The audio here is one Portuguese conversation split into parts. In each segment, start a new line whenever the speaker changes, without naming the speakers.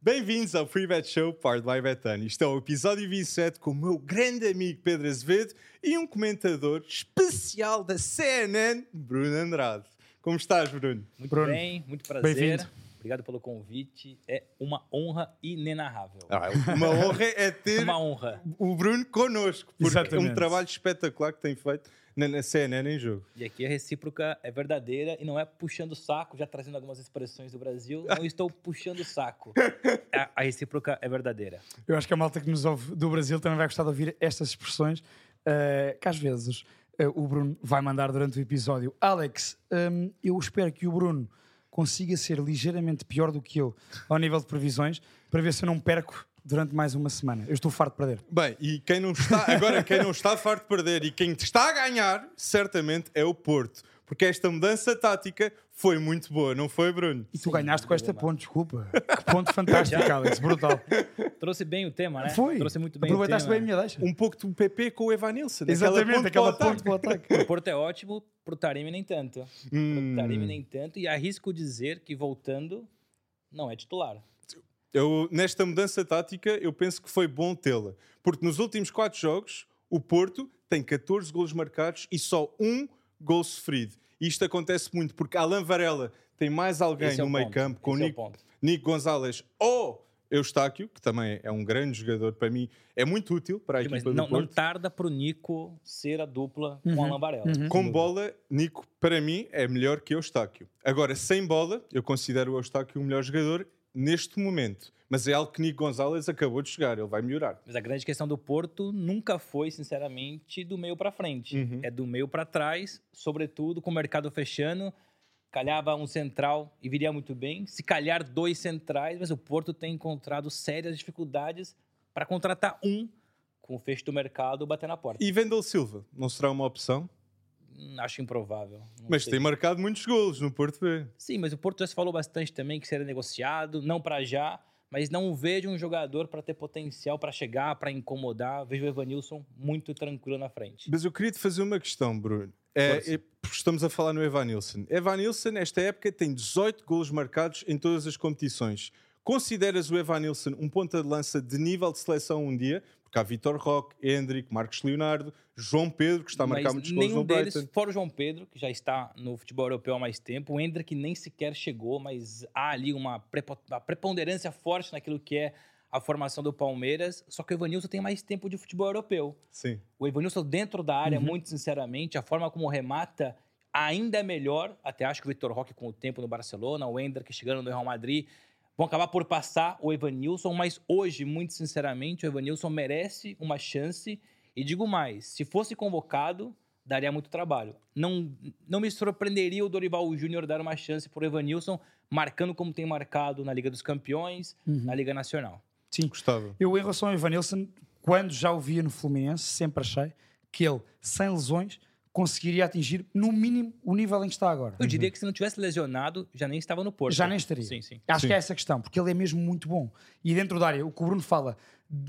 Bem-vindos ao Free Bet Show, Powered by Betano. Isto é o episódio 27 com o meu grande amigo Pedro Azevedo e um comentador especial da CNN, Bruno Andrade. Como estás, Bruno?
Muito
Bruno,
bem, muito prazer.
bem-vindo.
Obrigado pelo convite. É uma honra inenarrável.
Ah. Uma honra é ter
Uma honra.
o Bruno connosco, porque é um
Exatamente.
trabalho espetacular que tem feito na, na CNN em jogo.
E aqui a recíproca é verdadeira e não é puxando o saco, já trazendo algumas expressões do Brasil. Não estou puxando o saco. A, a recíproca é verdadeira.
Eu acho que a malta que nos ouve do Brasil também vai gostar de ouvir estas expressões, eh, que às vezes eh, o Bruno vai mandar durante o episódio. Alex, hum, eu espero que o Bruno consiga ser ligeiramente pior do que eu ao nível de previsões, para ver se eu não perco durante mais uma semana. Eu estou farto de perder.
Bem, e quem não está, agora quem não está farto de perder e quem está a ganhar, certamente é o Porto. Porque esta mudança tática foi muito boa, não foi, Bruno?
E tu
Sim, é
ganhaste com esta
problema.
ponte, desculpa. Que ponto fantástico, Alex, brutal.
Trouxe bem o tema, né?
Foi.
Trouxe muito bem
Aproveitaste
o tema.
bem a minha deixa.
Um pouco do PP com o Evanilson.
Exatamente, aquela
ponte
ponte para o ataque.
O Porto é ótimo, pro Taremi nem tanto. Pro Taremi nem tanto. E arrisco dizer que voltando, não é titular.
Eu, nesta mudança tática, eu penso que foi bom tê-la. Porque nos últimos 4 jogos, o Porto tem 14 golos marcados e só um gol sofrido. E isto acontece muito porque Alan Varela tem mais alguém
Esse é
no
o
meio
ponto.
campo com o
Esse é o
Nico,
ponto.
Nico Gonzalez ou Eustáquio, que também é um grande jogador para mim, é muito útil para a
Mas
equipa
não,
do
não
Porto.
tarda pro Nico ser a dupla com a Lambarella.
Com bola, Nico, para mim, é melhor que Eustáquio. Agora, sem bola, eu considero o Eustáquio o melhor jogador neste momento. Mas é algo que Nico Gonzalez acabou de chegar, ele vai melhorar.
Mas a grande questão do Porto nunca foi, sinceramente, do meio para frente.
Uhum.
É do meio para trás, sobretudo com o mercado fechando. Calhava um central e viria muito bem. Se calhar dois centrais, mas o Porto tem encontrado sérias dificuldades para contratar um com o fecho do mercado bater na porta.
E Vendel Silva, não será uma opção?
Hum, Acho improvável. Não
mas
sei.
tem marcado muitos golos no Porto B.
Sim, mas o Porto já se falou bastante também que seria negociado, não para já, mas não vejo um jogador para ter potencial para chegar, para incomodar. Vejo o Evanilson muito tranquilo na frente.
Mas eu queria te fazer uma questão, Bruno. É,
Força.
é, porque estamos a falar no Evanilson. Evanilson, nesta época, tem 18 golos marcados em todas as competições. Consideras o Evanilson um ponta de lança de nível de seleção um dia? Porque há Vitor Roque, Hendrick, Marcos Leonardo, João Pedro, que está a marcar
Mas
muitos golos
nenhum
Tá no
deles,
Brighton.
fora o João Pedro, que já está no futebol europeu há mais tempo, o Ender que nem sequer chegou, mas há ali uma prepo- uma preponderância forte naquilo que é a formação do Palmeiras, só que o Evanilson tem mais tempo de futebol europeu.
Sim.
O Evanilson dentro da
Uhum.
área, muito sinceramente, a forma como remata ainda é melhor. Até acho que o Vitor Roque com o tempo no Barcelona, o Ender que chegando no Real Madrid, vão acabar por passar o Evanilson, mas hoje, muito sinceramente, o Evanilson merece uma chance. E digo mais, se fosse convocado, daria muito trabalho. Não, não me surpreenderia o Dorival Júnior dar uma chance para o Evanilson, marcando como tem marcado na Liga dos Campeões,
Uhum.
na Liga Nacional.
Sim.
Gostava.
Eu, em relação ao é Ivanilson, quando já o via no Fluminense, sempre achei que ele, sem lesões, conseguiria atingir, no mínimo, o nível em que está agora.
Eu diria que se não tivesse lesionado, já nem estava no Porto.
Uhum. Já nem estaria.
Sim, sim.
Acho
Sim.
que é essa a questão, porque ele é mesmo muito bom. E dentro da área, o que o Bruno fala,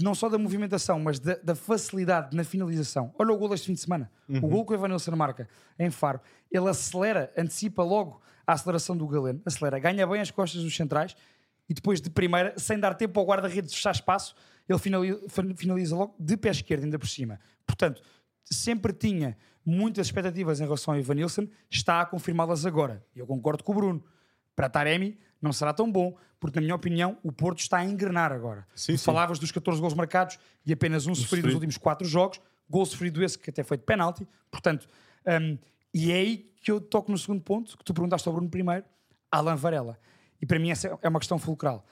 não só da movimentação, mas da, da facilidade na finalização. Olha o gol deste fim de semana. O gol que o Evanilson marca em Faro. Ele acelera, antecipa logo a aceleração do Galeno. Acelera, ganha bem as costas dos centrais e depois de primeira, sem dar tempo ao guarda-redes fechar espaço, ele finaliza, finaliza logo de pé esquerdo, ainda por cima. Portanto, sempre tinha muitas expectativas em relação ao Ivanilson, está a confirmá-las agora. Eu concordo com o Bruno para Taremi não será tão bom, porque na minha opinião o Porto está a engrenar agora.
Sim,
Tu
sim.
Falavas dos 14 gols marcados e apenas um sofrido
sofrido.
nos últimos 4 jogos, gol sofrido esse que até foi de penalti, portanto, hum, e é aí que eu toco no segundo ponto, que tu perguntaste ao Bruno primeiro, Alan Varela. E para mim essa é uma questão fulcral.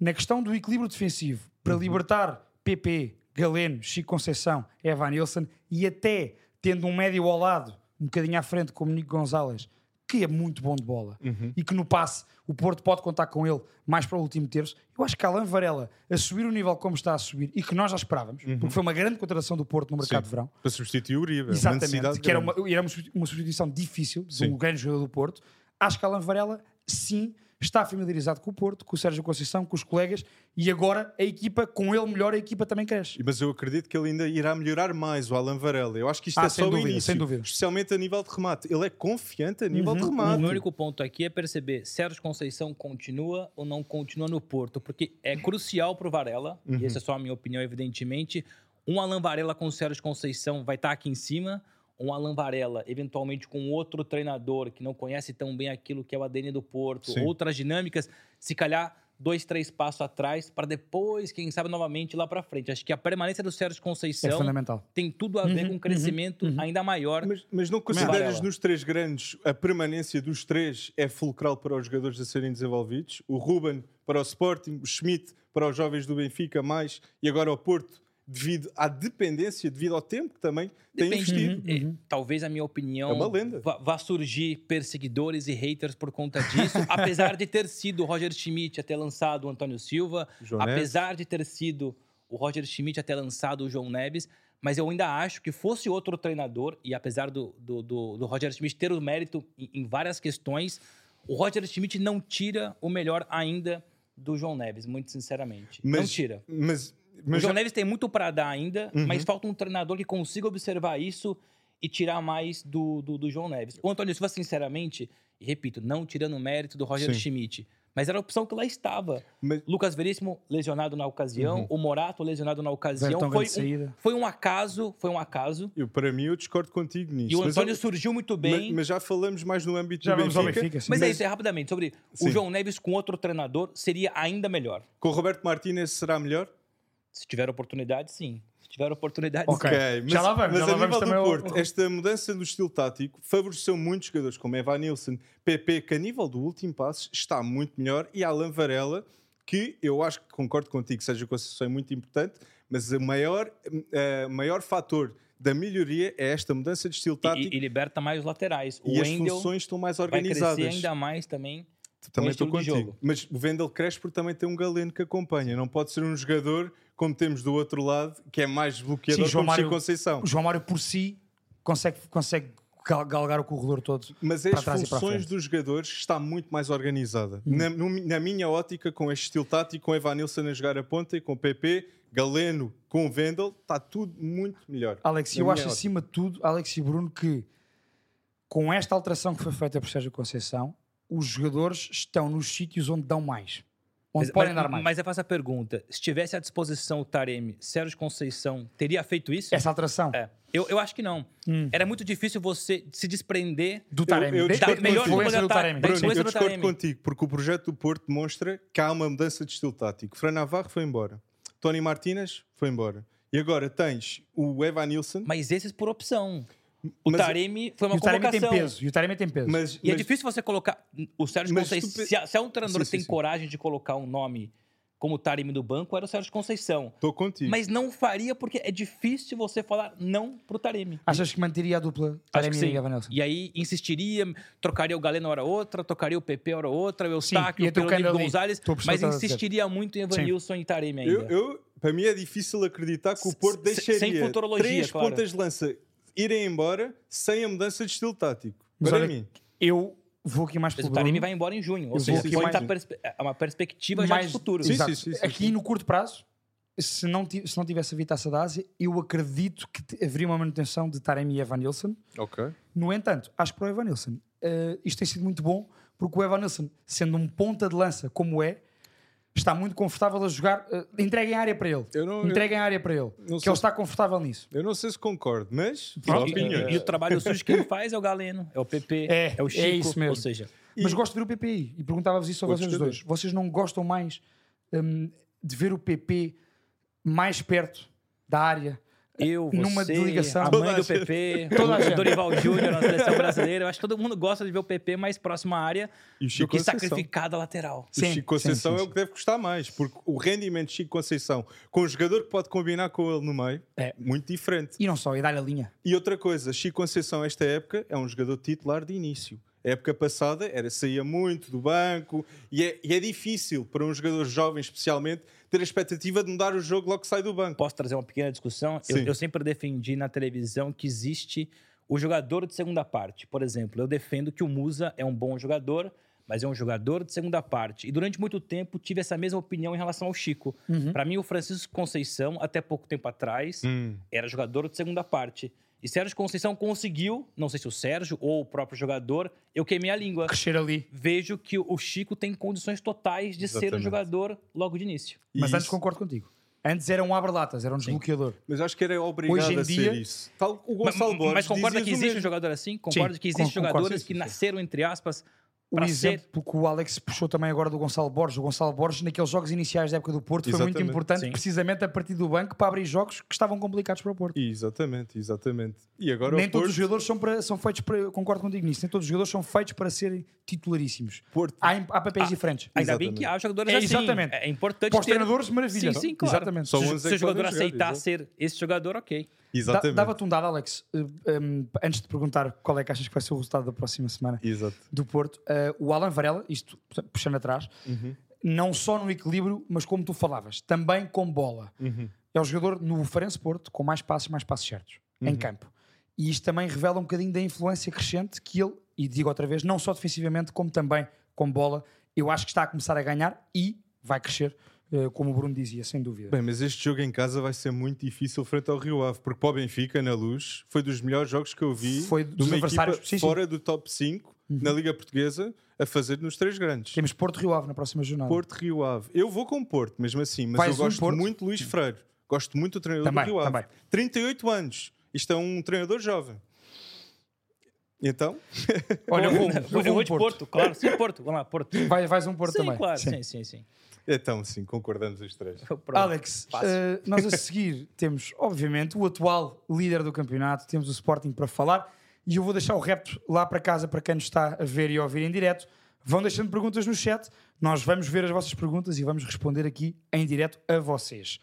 Na questão do equilíbrio defensivo, para libertar PP, Galeno, Chico Conceição, Evan Nilsson e até tendo um médio ao lado, um bocadinho à frente, como Nico Gonzalez, que é muito bom de bola
Uhum.
e que no passe o Porto pode contar com ele mais para o último terço. Eu acho que Alan Varela, a subir o nível como está a subir e que nós já esperávamos, porque foi uma grande contratação do Porto no mercado
Uhum. Sim.
de verão,
Para substituir o Uribe. é uma necessidade
Exatamente, que era
grande.
uma, era uma substitu- uma substituição difícil de
Sim.
um grande jogador do Porto. Acho que Alan Varela, sim, está familiarizado com o Porto, com o Sérgio Conceição, com os colegas e agora a equipa, com ele melhor, a equipa também cresce.
Mas eu acredito que ele ainda irá melhorar mais o Alan Varela. Eu acho que isto
Ah,
é
sem
só
dúvida,
o início,
sem dúvida. Uhum.
especialmente a nível de remate. Ele é confiante a nível de
O
remate.
meu único ponto aqui é perceber Sérgio Conceição continua ou não continua no Porto, porque é crucial pro Varela, e
Uhum.
essa é só a minha opinião, evidentemente. Um Alan Varela com o Sérgio Conceição vai estar aqui em cima, um Alan Varela, eventualmente com outro treinador que não conhece tão bem aquilo que é o ADN do Porto,
Sim.
outras dinâmicas, se calhar dois, três passos atrás, para depois, quem sabe, novamente lá para frente. Acho que a permanência do Sérgio
É
Conceição
fundamental.
tem tudo a ver com um crescimento ainda maior.
Uhum, Mas, mas não
Varela.
consideras nos três grandes a permanência dos três é fulcral para os jogadores a serem desenvolvidos? O Ruben para o Sporting, o Schmidt para os jovens do Benfica, mais e agora o Porto, devido à dependência, devido ao tempo que também tem
Depende.
investido.
É, Talvez, a minha opinião,
É uma lenda.
Vá, vá surgir perseguidores e haters por conta disso. apesar de ter sido o Roger Schmidt até lançado o Antônio Silva,
Uhum.
João
apesar de ter sido o Roger Schmidt até lançado o João Neves, mas eu ainda acho que fosse outro treinador, e apesar do, do, do- do Roger Schmidt ter o mérito em, em várias questões, o Roger Schmidt não tira o melhor ainda do João Neves, muito sinceramente. não
Mas-
tira.
Mas,
O
mas
João Neves tem muito para dar ainda,
Uhum.
mas falta um treinador que consiga observar isso e tirar mais do, do, do João Neves. O Antônio Silva, sinceramente, e repito, não tirando o mérito do Roger
Sim.
Schmidt, mas era a opção que lá estava.
Mas-
Lucas Veríssimo lesionado na ocasião,
Uhum.
o Morato lesionado na ocasião.
Everton
Foi
grande
um,
saída.
foi um acaso, foi um acaso.
eu, para mim eu discordo contigo nisso.
E o
Mas
Antônio
eu-
surgiu muito
mas-
bem.
Mas, já falamos mais no âmbito
Já
do
vamos ao
Benfica.
Benfica, sim.
Mas, é
mas-
isso, é rapidamente. Sobre o
Sim.
João Neves com outro treinador, seria ainda melhor.
Com o Roberto Martínez será melhor?
Se tiver oportunidade, sim. Se tiver oportunidade,
Ok.
sim.
mas,
Já lá vamos,
mas
já lá
a nível
vamos também
do
ao-
Porto, esta mudança no estilo tático favoreceu muitos jogadores como Evan Nilsson, PP, que a nível do último passo está muito melhor, e Alan Varela, que eu acho que concordo contigo, Sérgio Conceição é muito importante, mas o maior, eh, maior fator da melhoria é esta mudança de estilo
E-
tático
E, e liberta mais os laterais.
Tá e,
O
as
Wendel
funções estão mais
vai
organizadas.
crescer ainda mais é um também.
Também
com o
estou
estilo de
contigo.
jogo.
Mas o Wendel cresce porque também tem um galeno que acompanha. Não pode ser um jogador como temos do outro lado, que é mais bloqueador
Sim, João
como o Chico
Mário-
Conceição.
O João Mário por si consegue, consegue gal- galgar o corredor todo.
Mas
para
as
trás e para a
funções
frente. Hum.
dos jogadores está muito mais organizada. Na, no- na minha ótica, com este estilo tático, com Evanilson a jogar a ponta e com PP, Galeno com Vendel, está tudo muito melhor.
Alex,
Na
eu
é
minha
acho
ótica.
acima de tudo, Alex e Bruno, que com esta alteração que foi feita por Sérgio Conceição, os jogadores estão nos sítios onde dão mais. Onde
Mas,
podem
mas,
dar mais.
mas eu faço a pergunta: se tivesse à disposição o Taremi, Sérgio Conceição teria feito isso?
Essa alteração
É. Eu, eu acho que não. Era muito difícil você se desprender
do Taremi.
eu
De-
da
discordo
melhor
contigo.
dupla de
Influência do
ataque. da
Taremi.
Bruno,
influência
eu
do
discordo
Taremi.
contigo, porque o projeto do Porto demonstra que há uma mudança de estilo tático. Fran Navarro foi embora, Tony Martínez foi embora. E agora tens o Evanilson,
Mas esses por opção. O
Mas-
Taremi foi
E
uma
o Taremi tem
convocação.
peso. E o Taremi tem peso.
mas,
E é
mas-
difícil você colocar. O Sérgio
Mas tu
Conceição.
pe-
Se, há- se há um treinador
Sim,
que
sim,
tem
sim.
coragem de colocar um nome como o Taremi do banco, era o Sérgio Conceição.
Estou contigo.
Mas não faria porque é difícil você falar não pro Taremi.
Achas que manteria a dupla
Acho que
Taremi
sim.
e Gavanelson?
E aí insistiria, trocaria o Galeno hora outra, trocaria o PP hora outra, o Eustáquio,
ia
o Peroni
trocando ali.
Gonzalez,
Tô a perceber
mas
o que estás a dizer.
insistiria muito em Evanilson e Taremi ainda.
Eu, eu- para mim é difícil acreditar que o
Se-
Porto
se-
deixaria
sem futurologia,
três
claro.
pontas de lança irem embora sem a mudança de estilo tático.
Mas
para
olha-
mim,
Eu vou aqui mais
Mas
pelo
o Taremi
Bruno.
vai embora em junho, ou
Eu
seja,
vou aqui
pode
mais-
estar perspe- é uma perspectiva já de futuro.
Sim,
Exato.
sim, sim, sim,
Aqui no curto prazo, se não, ti- se não tivesse havido taça da Ásia, eu acredito que te- haveria uma manutenção de Taremi e Evanilson.
ok.
No entanto, acho que para o Evanilson eh, isto tem sido muito bom, porque o Evanilson, sendo um ponta de lança como é, está muito confortável a jogar. eh, entreguem a área para ele.
Eu não-
entreguem a área para ele. Que
sei-
ele está confortável nisso.
Eu não sei se concordo, mas
E-
só
e-
opiniões.
E, o trabalho sujo que ele faz é o Galeno, é o PP, é,
É,
o
é
Chico,
isso mesmo.
ou seja,
Mas gosto de ver o PPI. E perguntava-vos isso a
Outros
vocês dois. Vocês não gostam mais hum, de ver o PP mais perto da área?
eu, você,
Numa desligação.
a
Toda
mãe
a
do
gente.
PP,
Toda a
o
gente.
Dorival Júnior na seleção brasileira, um eu acho que todo mundo gosta de ver o PP mais próximo à área
E o
do
Chico é
que
Conceição.
sacrificado à lateral.
o Chico Conceição é o que deve custar mais, porque o rendimento de Chico Conceição com um jogador que pode combinar com ele no meio é muito diferente.
E não só, e dar a linha.
E outra coisa, Chico Conceição, esta época, é um jogador titular de início. A época passada era saía muito do banco e é, e é difícil para um jogador jovem, especialmente, ter a expectativa de mudar o jogo logo que sai do banco.
posso trazer uma pequena discussão? Eu,
Sim.
eu sempre defendi na televisão que existe o jogador de segunda parte. Por exemplo, eu defendo que o Musa é um bom jogador, mas é um jogador de segunda parte. E durante muito tempo tive essa mesma opinião em relação ao Chico.
Uhum.
Para mim, o Francisco Conceição, até pouco tempo atrás,
Hum.
era jogador de segunda parte. E Sérgio Conceição conseguiu, não sei se o Sérgio ou o próprio jogador, eu queimei a língua.
Crescer ali.
Vejo que o Chico tem condições totais de ser um
Exatamente.
jogador logo de início.
Mas
E
antes
isso-
concordo contigo. Antes era um abre-latas, era um desbloqueador.
Mas acho que era obrigado
Hoje em
a
dia-
ser isso. Tal, o
Mas,
Gonçalo Borges
mas concorda
dizia
que
o
existe um
mesmo.
jogador assim? Concorda que existem
concordo,
jogadores
sim,
que
sim, sim.
nasceram, entre aspas,
O
para ser
exemplo que o Alex puxou também agora do Gonçalo Borges. O Gonçalo Borges, naqueles jogos iniciais da época do Porto, foi muito
Exatamente.
importante,
Sim.
precisamente a partir do banco, para abrir jogos que estavam complicados para o Porto.
Exatamente, exatamente. E agora
nem
o
todos
Porto,
os jogadores são, para- são feitos para. eu Concordo contigo nisso. Nem todos os jogadores são feitos para serem titularíssimos.
Porto Ah,
Há, em- há papéis diferentes.
Ainda bem que
Exatamente.
há jogadores
É,
assim.
exatamente.
É importante
Para os
ter-
treinadores, maravilha.
Sim, sim, claro.
Exatamente.
Só
Se, o-
uns é
se
que podem
o jogador
jogar,
aceitar
exato.
ser esse jogador, ok.
Da-
Exatamente.
Dava-te um dado, Alex, eh, em- antes de perguntar qual é que achas que vai ser o resultado da próxima semana
Exato.
do Porto. eh, o Alan Varela, isto portanto, puxando atrás, não só no equilíbrio, mas como tu falavas, também com bola. É o jogador no Farense Porto com mais passos, mais passos certos em campo. E isto também revela um bocadinho da influência crescente que ele, e digo outra vez, não só defensivamente, como também com bola, eu acho que está a começar a ganhar e vai crescer, eh, como o Bruno dizia, sem dúvida.
Bem, mas este jogo em casa vai ser muito difícil frente ao Rio Ave, porque para o Benfica, na luz, foi dos melhores jogos que eu vi
Foi
de
dos
uma
adversários-
equipa
sim, Uhum. sim.
fora do top 5 na Liga Portuguesa a fazer nos três grandes.
Temos Porto Rio Ave na próxima jornada.
Porto Rio Ave. Eu vou com Porto, mesmo assim, mas
Vais
eu
um
gosto
Porto?
muito de Luís Freire. Gosto muito do treinador
Também,
do Rio Ave.
também.
38 anos. Isto é um treinador jovem. Então,
Olha, eu vou, eu vou
eu vou
um
de
Porto.
Porto, claro. Sim, Porto. Vamos lá, Porto.
Vai, vais um Porto
Sim,
também.
claro.
Sim.
Sim, sim, sim.
então sim, concordamos os três.
Pronto.
Alex,
Fácil.
eh, nós a seguir temos, obviamente, o atual líder do campeonato, temos o Sporting para falar e eu vou deixar o repto lá para casa para quem nos está a ver e a ouvir em direto. Vão deixando perguntas no chat, nós vamos ver as vossas perguntas e vamos responder aqui em direto a vocês.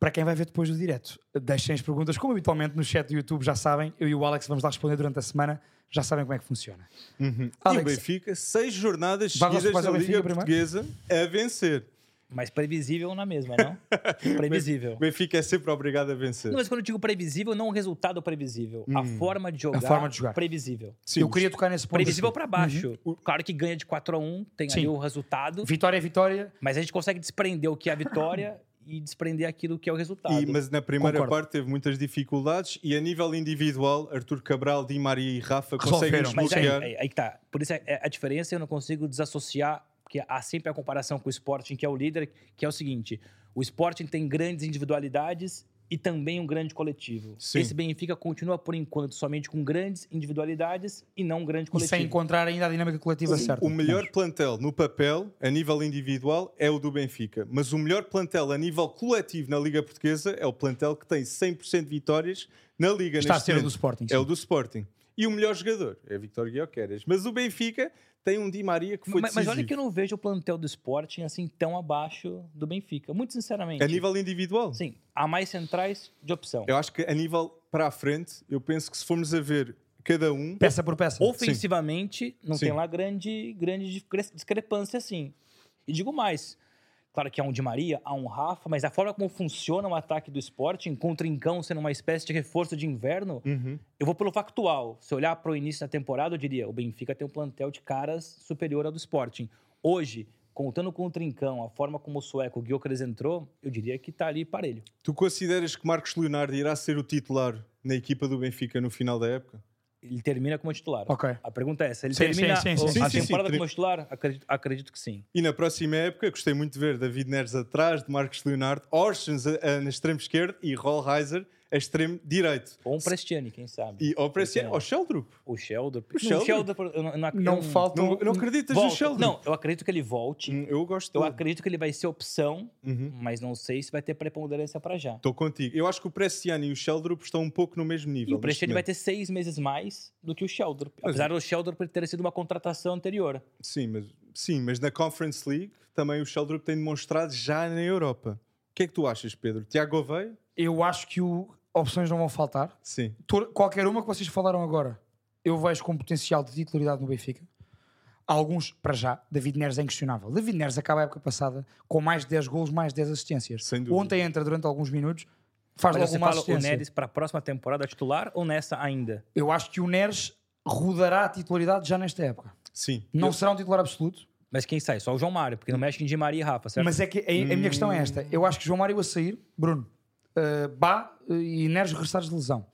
Para quem vai ver depois do direto, deixem as perguntas, como habitualmente no chat do YouTube, já sabem, eu e o Alex vamos lá responder durante a semana, já sabem como é que funciona.
e o
Alex,
Benfica, seis jornadas
Vai ao-
seguidas
vais
da
ao
Liga
Benfica primeiro?
Portuguesa a vencer.
Mas previsível na mesma, não? Previsível.
O Benfica é sempre obrigado a vencer.
Não, mas quando eu digo previsível, não o resultado previsível. A forma de jogar.
Hum. forma de jogar.
Previsível.
Sim,
eu queria tocar nesse ponto.
Previsível
assim.
é para baixo. Claro que ganha de 4 a 1 tem
Sim.
ali o resultado.
Vitória é vitória,
Mas a gente consegue desprender o que é a vitória e desprender aquilo que é o resultado.
E- mas na primeira
Concordo.
parte teve muitas dificuldades e a nível individual, Arthur Cabral, Di Maria e Rafa conseguem
Resolveram.
Mas aí,
desbloquear.
aí- aí que tá. Por isso é, é a diferença eu não consigo desassociar, porque há sempre a comparação com o Sporting, que é o líder, que é o seguinte: o Sporting tem grandes individualidades e também um grande coletivo.
Sim.
Esse Benfica continua, por enquanto, somente com grandes individualidades e não um grande
e sem
coletivo.
encontrar ainda a dinâmica coletiva certa.
O melhor plantel no papel, a nível individual, é o do Benfica. Mas o melhor plantel a nível coletivo na Liga Portuguesa é o plantel que tem 100% de vitórias na Liga.
Está a
neste
ser o do
momento.
Sporting, sim.
É o do Sporting. E o melhor jogador é Victor Guioqueras. Mas o Benfica tem um Di Maria que foi
Mas, mas olha que eu
decisivo.
não vejo o plantel do Sporting assim tão abaixo do Benfica, muito sinceramente.
A É nível individual.
Sim, há mais centrais de opção.
Eu acho que a nível para a frente, eu penso que se formos a ver cada um,
Peça por peça.
ofensivamente, não
Sim.
tem lá grande, grande discre- discrepância assim. E digo mais. Claro que há um Di Maria, há um Rafa, mas a forma como funciona o ataque do Sporting, com o Trincão sendo uma espécie de reforço de inverno, eu vou pelo factual. Se olhar para o início da temporada, eu diria, o Benfica tem um plantel de caras superior ao do Sporting. Hoje, contando com o Trincão, a forma como o sueco Guiocares entrou, eu diria que está ali parelho.
tu consideras que Marcos Leonardo irá ser o titular na equipa do Benfica no final da época?
Ele termina como titular.
Ok.
A pergunta é essa, ele
Sim,
termina
sim, sim,
o-
sim,
a
sim, sim.
temporada
Tri-
como titular? Acredito- acredito que sim.
E na próxima época, gostei muito de ver David Neres atrás de Marcos Leonardo, Orsens a- a- na extremo esquerdo e Rollheiser a extremo direito.
Ou um Prestiani, quem sabe.
E ao Preciano, ao Sheldrup.
O Sheldon.
O Sheldon?
eu não, eu não,
Não
eu
faltam.
Não, não acreditas
volta.
no Sheldrup?
Não, eu acredito que ele volte.
Hum, Eu gosto
Eu
dele.
acredito que ele vai ser opção,
Uhum.
mas não sei se vai ter preponderância para já.
Estou contigo. Eu acho que o Preciano e o Sheldrup estão um pouco no mesmo nível.
E o
neste
Prestiani vai
momento.
ter seis meses mais do que o Sheldon.
é.
Apesar do Sheldon ter sido uma contratação anterior.
Sim mas, sim, mas na Conference League também o Sheldrup tem demonstrado já na Europa. O que é que tu achas, Pedro? Tiago Gouveia?
Eu acho que o- opções não vão faltar.
Sim.
Tor- Qualquer uma que vocês falaram agora, eu vejo com potencial de titularidade no Benfica. Alguns, para já, David Neres é inquestionável. David Neres acaba a época passada com mais de 10 golos, mais 10 assistências.
Sem dúvida.
Ontem entra durante alguns minutos, faz
Mas
logo
você
uma
fala o
assistência.
Neres para a próxima temporada titular ou nessa ainda?
Eu acho que o Neres rodará a titularidade já nesta época.
Sim.
Não
Eu-
será um titular absoluto,
Mas quem sai? Só o João Mário, porque não mexe em Di Maria e Rafa, certo?
mas é que a, a minha questão é esta. Eu acho que João Mário a sair, Bruno, uh, Bá uh, e Neres regressados de lesão.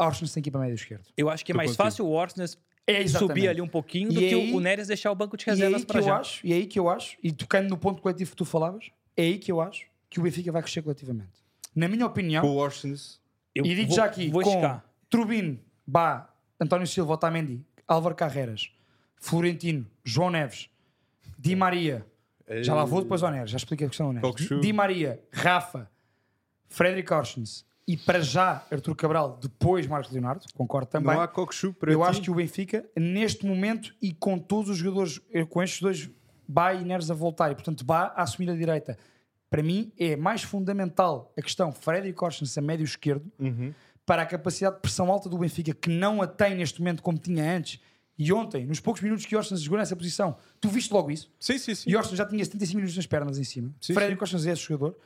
Orsnes tem que ir para médio esquerdo.
Eu acho que é
Tô
mais
contigo.
fácil o Orsnes
É
subir ali um pouquinho do
E
que o-
aí-
o Neres deixar o banco de
E é
reservas
aí que
para
eu
já.
acho, e é aí que eu acho, e tocando no ponto coletivo que tu falavas, é aí que eu acho que o Benfica vai crescer coletivamente. Na minha opinião,
Com o Orsnes.
Eu
e digo
vou-
já aqui,
Vou
com
chegar.
Trubin, Bá, António Silva, Otamendi, Álvaro Carreras, Florentino, João Neves,
É.
Di Maria, já lá vou depois ao Neres, já explico a questão do Neres.
Cockchu.
Di Maria, Rafa, Frederic Orsens e para já Artur Cabral, depois Marcos Leonardo, concordo também.
Não há cockchu para
Eu
ti?
acho que o Benfica, neste momento, e com todos os jogadores, eh, com estes dois, Bá e Neres a voltar, e portanto Bá a assumir a direita, para mim é mais fundamental a questão Frederic Orsens a médio esquerdo, para a capacidade de pressão alta do Benfica, que não a tem neste momento como tinha antes. E ontem, nos poucos minutos que Orsens jogou nessa posição, tu viste logo isso?
Sim, sim, sim.
E Orsens já tinha 75 minutos nas pernas em cima.
Sim,
Frederic Orsens é esse jogador.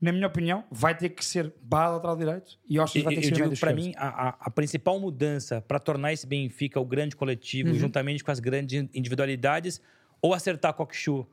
Na minha opinião, vai ter que ser Bá lateral direito e
E-
Orsens vai ter
eu
que ser
digo
médio
que para
esquerdo.
mim a, a- a principal mudança para tornar esse Benfica o grande coletivo,
Uhum.
juntamente com as grandes individualidades, ou acertar Cockchu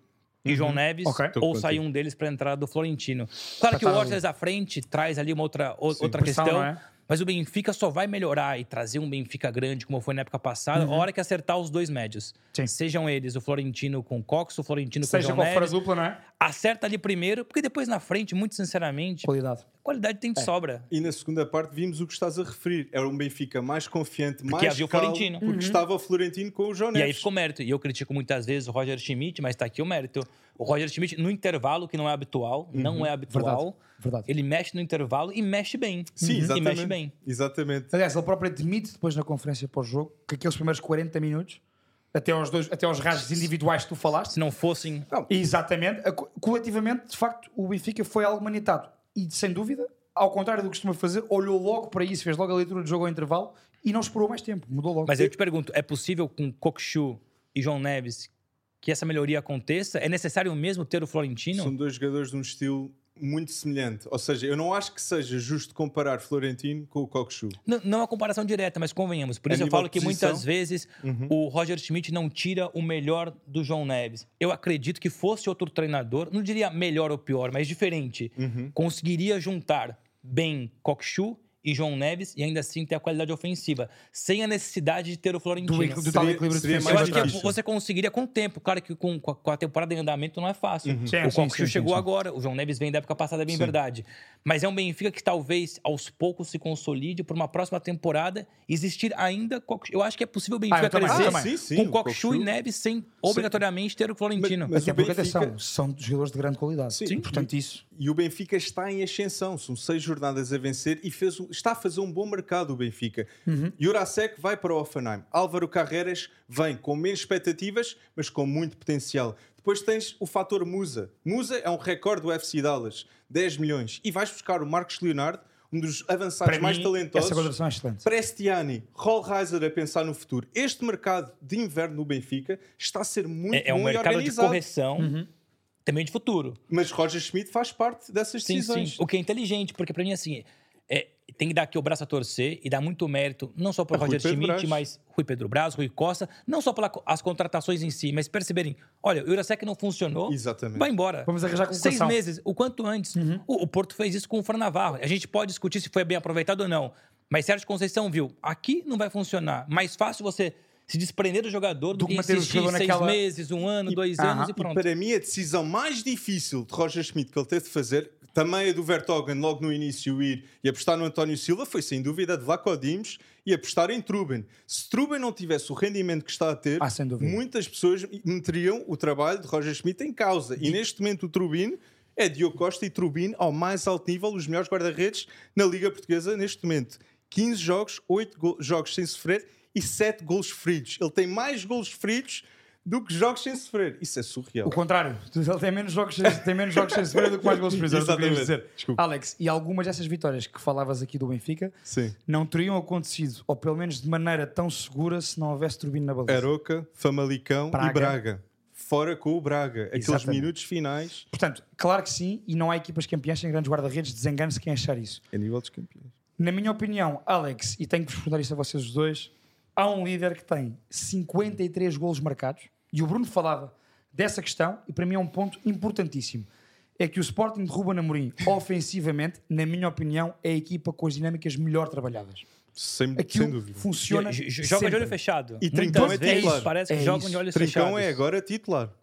e João Neves,
Uhum. Ok.
Tô
ou
contigo.
sair um deles para a entrada do Florentino. Claro
Pra
que o
tá ali.
Ortiz à frente traz ali uma outra, o-
Sim.
outra
Pressão,
questão,
não é?
mas o Benfica só vai melhorar e trazer um Benfica grande, como foi na época passada, a hora que acertar os dois médios.
Uhum. Sim.
Sejam eles o Florentino com Cox, o Florentino com
Seja
João
qual for a
Neves.
dupla, não é?
Acerta ali primeiro, porque depois na frente, muito sinceramente,
Qualidade.
qualidade tem de
É.
sobra.
E na segunda parte vimos o que estás a referir. Era um Benfica mais confiante, mais
havia o
calmo,
Florentino.
porque estava o Florentino com o João
E
Neves.
aí ficou mérito. E eu critico muitas vezes o Roger Schmidt, mas tá aqui o mérito. O Roger Schmidt, no intervalo, que não é habitual,
Uhum.
não é habitual,
Verdade.
ele mexe no intervalo e mexe bem. Uhum.
Sim,
E
exatamente.
mexe bem.
Exatamente.
Aliás, ele próprio admite depois na conferência pós-jogo que aqueles primeiros 40 minutos, até aos, dois, até aos rasgos individuais que tu falaste,
Se não fossem.
exatamente, a co- coletivamente, de facto, o Benfica foi algo manitado. E sem dúvida, ao contrário do que costuma fazer, olhou logo para isso, fez logo a leitura do jogo ao intervalo e não esperou mais tempo, mudou logo.
Mas eu te pergunto: é possível com Kokshu e João Neves que essa melhoria aconteça? É necessário mesmo ter o Florentino?
São dois jogadores de um estilo muito semelhante. Ou seja, eu não acho que seja justo comparar Florentino com o Cockchu.
Não, não é uma comparação direta, mas convenhamos. Por
É
isso eu
nível
falo que
posição. Uhum.
muitas vezes o Roger Schmidt não tira o melhor do João Neves. Eu acredito que fosse outro treinador, não diria melhor ou pior, mas diferente.
Uhum.
Conseguiria juntar bem Cockchu e João Neves e ainda assim ter a qualidade ofensiva, sem a necessidade de ter o Florentino.
do, do tal
Seria-
equilíbrio
seria
defensivo.
Eu
mais
acho que
difícil.
você conseguiria com o tempo. Claro que com, com a- com a temporada em andamento não é fácil.
Sim,
o
sim,
Cockchu
sim,
chegou
sim, sim.
agora, o João Neves vem da época passada, é bem verdade. Mas é um Benfica que talvez aos poucos se consolide para uma próxima temporada existir ainda. Cockchu. Eu acho que é possível o Benfica
Ah, eu também, eu
crescer
Sim,
também.
sim,
com
o
Cockchu e
Cockchu.
Neves sem obrigatoriamente ter o Florentino.
Mas
Até
o
porque,
Benfica-
atenção, são jogadores de grande qualidade.
Sim.
Portanto, isso.
E o Benfica está em ascensão, são seis jornadas a vencer e fez um- está a fazer um bom mercado o Benfica.
Uhum.
Jurasek vai para o Offenheim, Álvaro Carreras vem com menos expectativas, mas com muito potencial. Depois tens o fator Musa. Musa é um recorde do FC Dallas, 10 milhões. E vais buscar o Marcos Leonardo, um dos avançados
Para
mais
mim,
talentosos.
Essa colaboração é excelente.
Prestiani, Rollheiser a pensar no futuro. Este mercado de inverno no Benfica está a ser muito
É, é um
bom e
mercado de
organizado.
correção.
Uhum.
Também de futuro.
Mas Roger Schmidt faz parte dessas
Sim,
decisões.
sim. O que é inteligente, porque para mim, assim, é, tem que dar aqui o braço a torcer e dar muito mérito, não só para
A Rui
Roger
Pedro
Schmidt,
Braz.
mas Rui Pedro Braz, Rui Costa, não só pelas contratações em si, mas perceberem, olha, o Jurasek não funcionou,
Exatamente.
vai embora.
Vamos arranjar Uhum.
Seis
colocação.
meses, o quanto antes. O, o Porto fez isso com o Fran Navarro. A gente pode discutir se foi bem aproveitado ou não, mas Sérgio Conceição viu, aqui não vai funcionar. Mais fácil você se desprender do jogador do,
Do
que
que manter o
insistir
jogador
seis
naquela-
meses, um ano, dois
Aham.
anos e
E
pronto.
Para mim, a decisão mais difícil de Roger Schmidt que ele teve de fazer, também a do Vertogen logo no início ir e apostar no António Silva, foi sem dúvida de Lacodimos e apostar em Truben. Se Truben não tivesse o rendimento que está a ter,
Ah, sem dúvida.
muitas pessoas meteriam o trabalho de Roger Schmidt em causa. E neste momento o Trubin é Diogo Costa e Trubin ao mais alto nível, os melhores guarda-redes na Liga Portuguesa neste momento. 15 jogos, 8 go- jogos sem sofrer e 7 golos feridos. Ele tem mais golos feridos do que jogos sem sofrer. Isso é surreal.
O contrário, ele tem menos jogos, tem menos jogos sem sofrer do que mais gols presos.
Exatamente.
dizer.
Desculpa.
Alex, e algumas dessas vitórias que falavas aqui do Benfica
Sim.
não teriam acontecido, ou pelo menos de maneira tão segura, se não houvesse turbino na baliza.
Aroca, Famalicão
Braga.
e Braga. Fora com o Braga. Aqueles
Exatamente.
minutos finais
Portanto, claro que sim, e não há equipas campeãs sem grandes guarda-redes, desengane-se quem achar isso.
a nível dos campeões.
Na minha opinião, Alex, e tenho que vos perguntar isto a vocês os dois, há um líder que tem 53 golos marcados e o Bruno falava dessa questão e para mim é um ponto importantíssimo. É que o Sporting de Ruben Amorim, ofensivamente, na minha opinião, é a equipa com as dinâmicas melhor trabalhadas.
Sem, sem
Aquilo
dúvida.
funciona
Jo- jo- Joga de
sempre.
olho fechado.
E Trincão
Muitas
é
vezes
titular.
parece que
É
jogam
isso.
de olhos
Trincão
fechados.
é agora titular.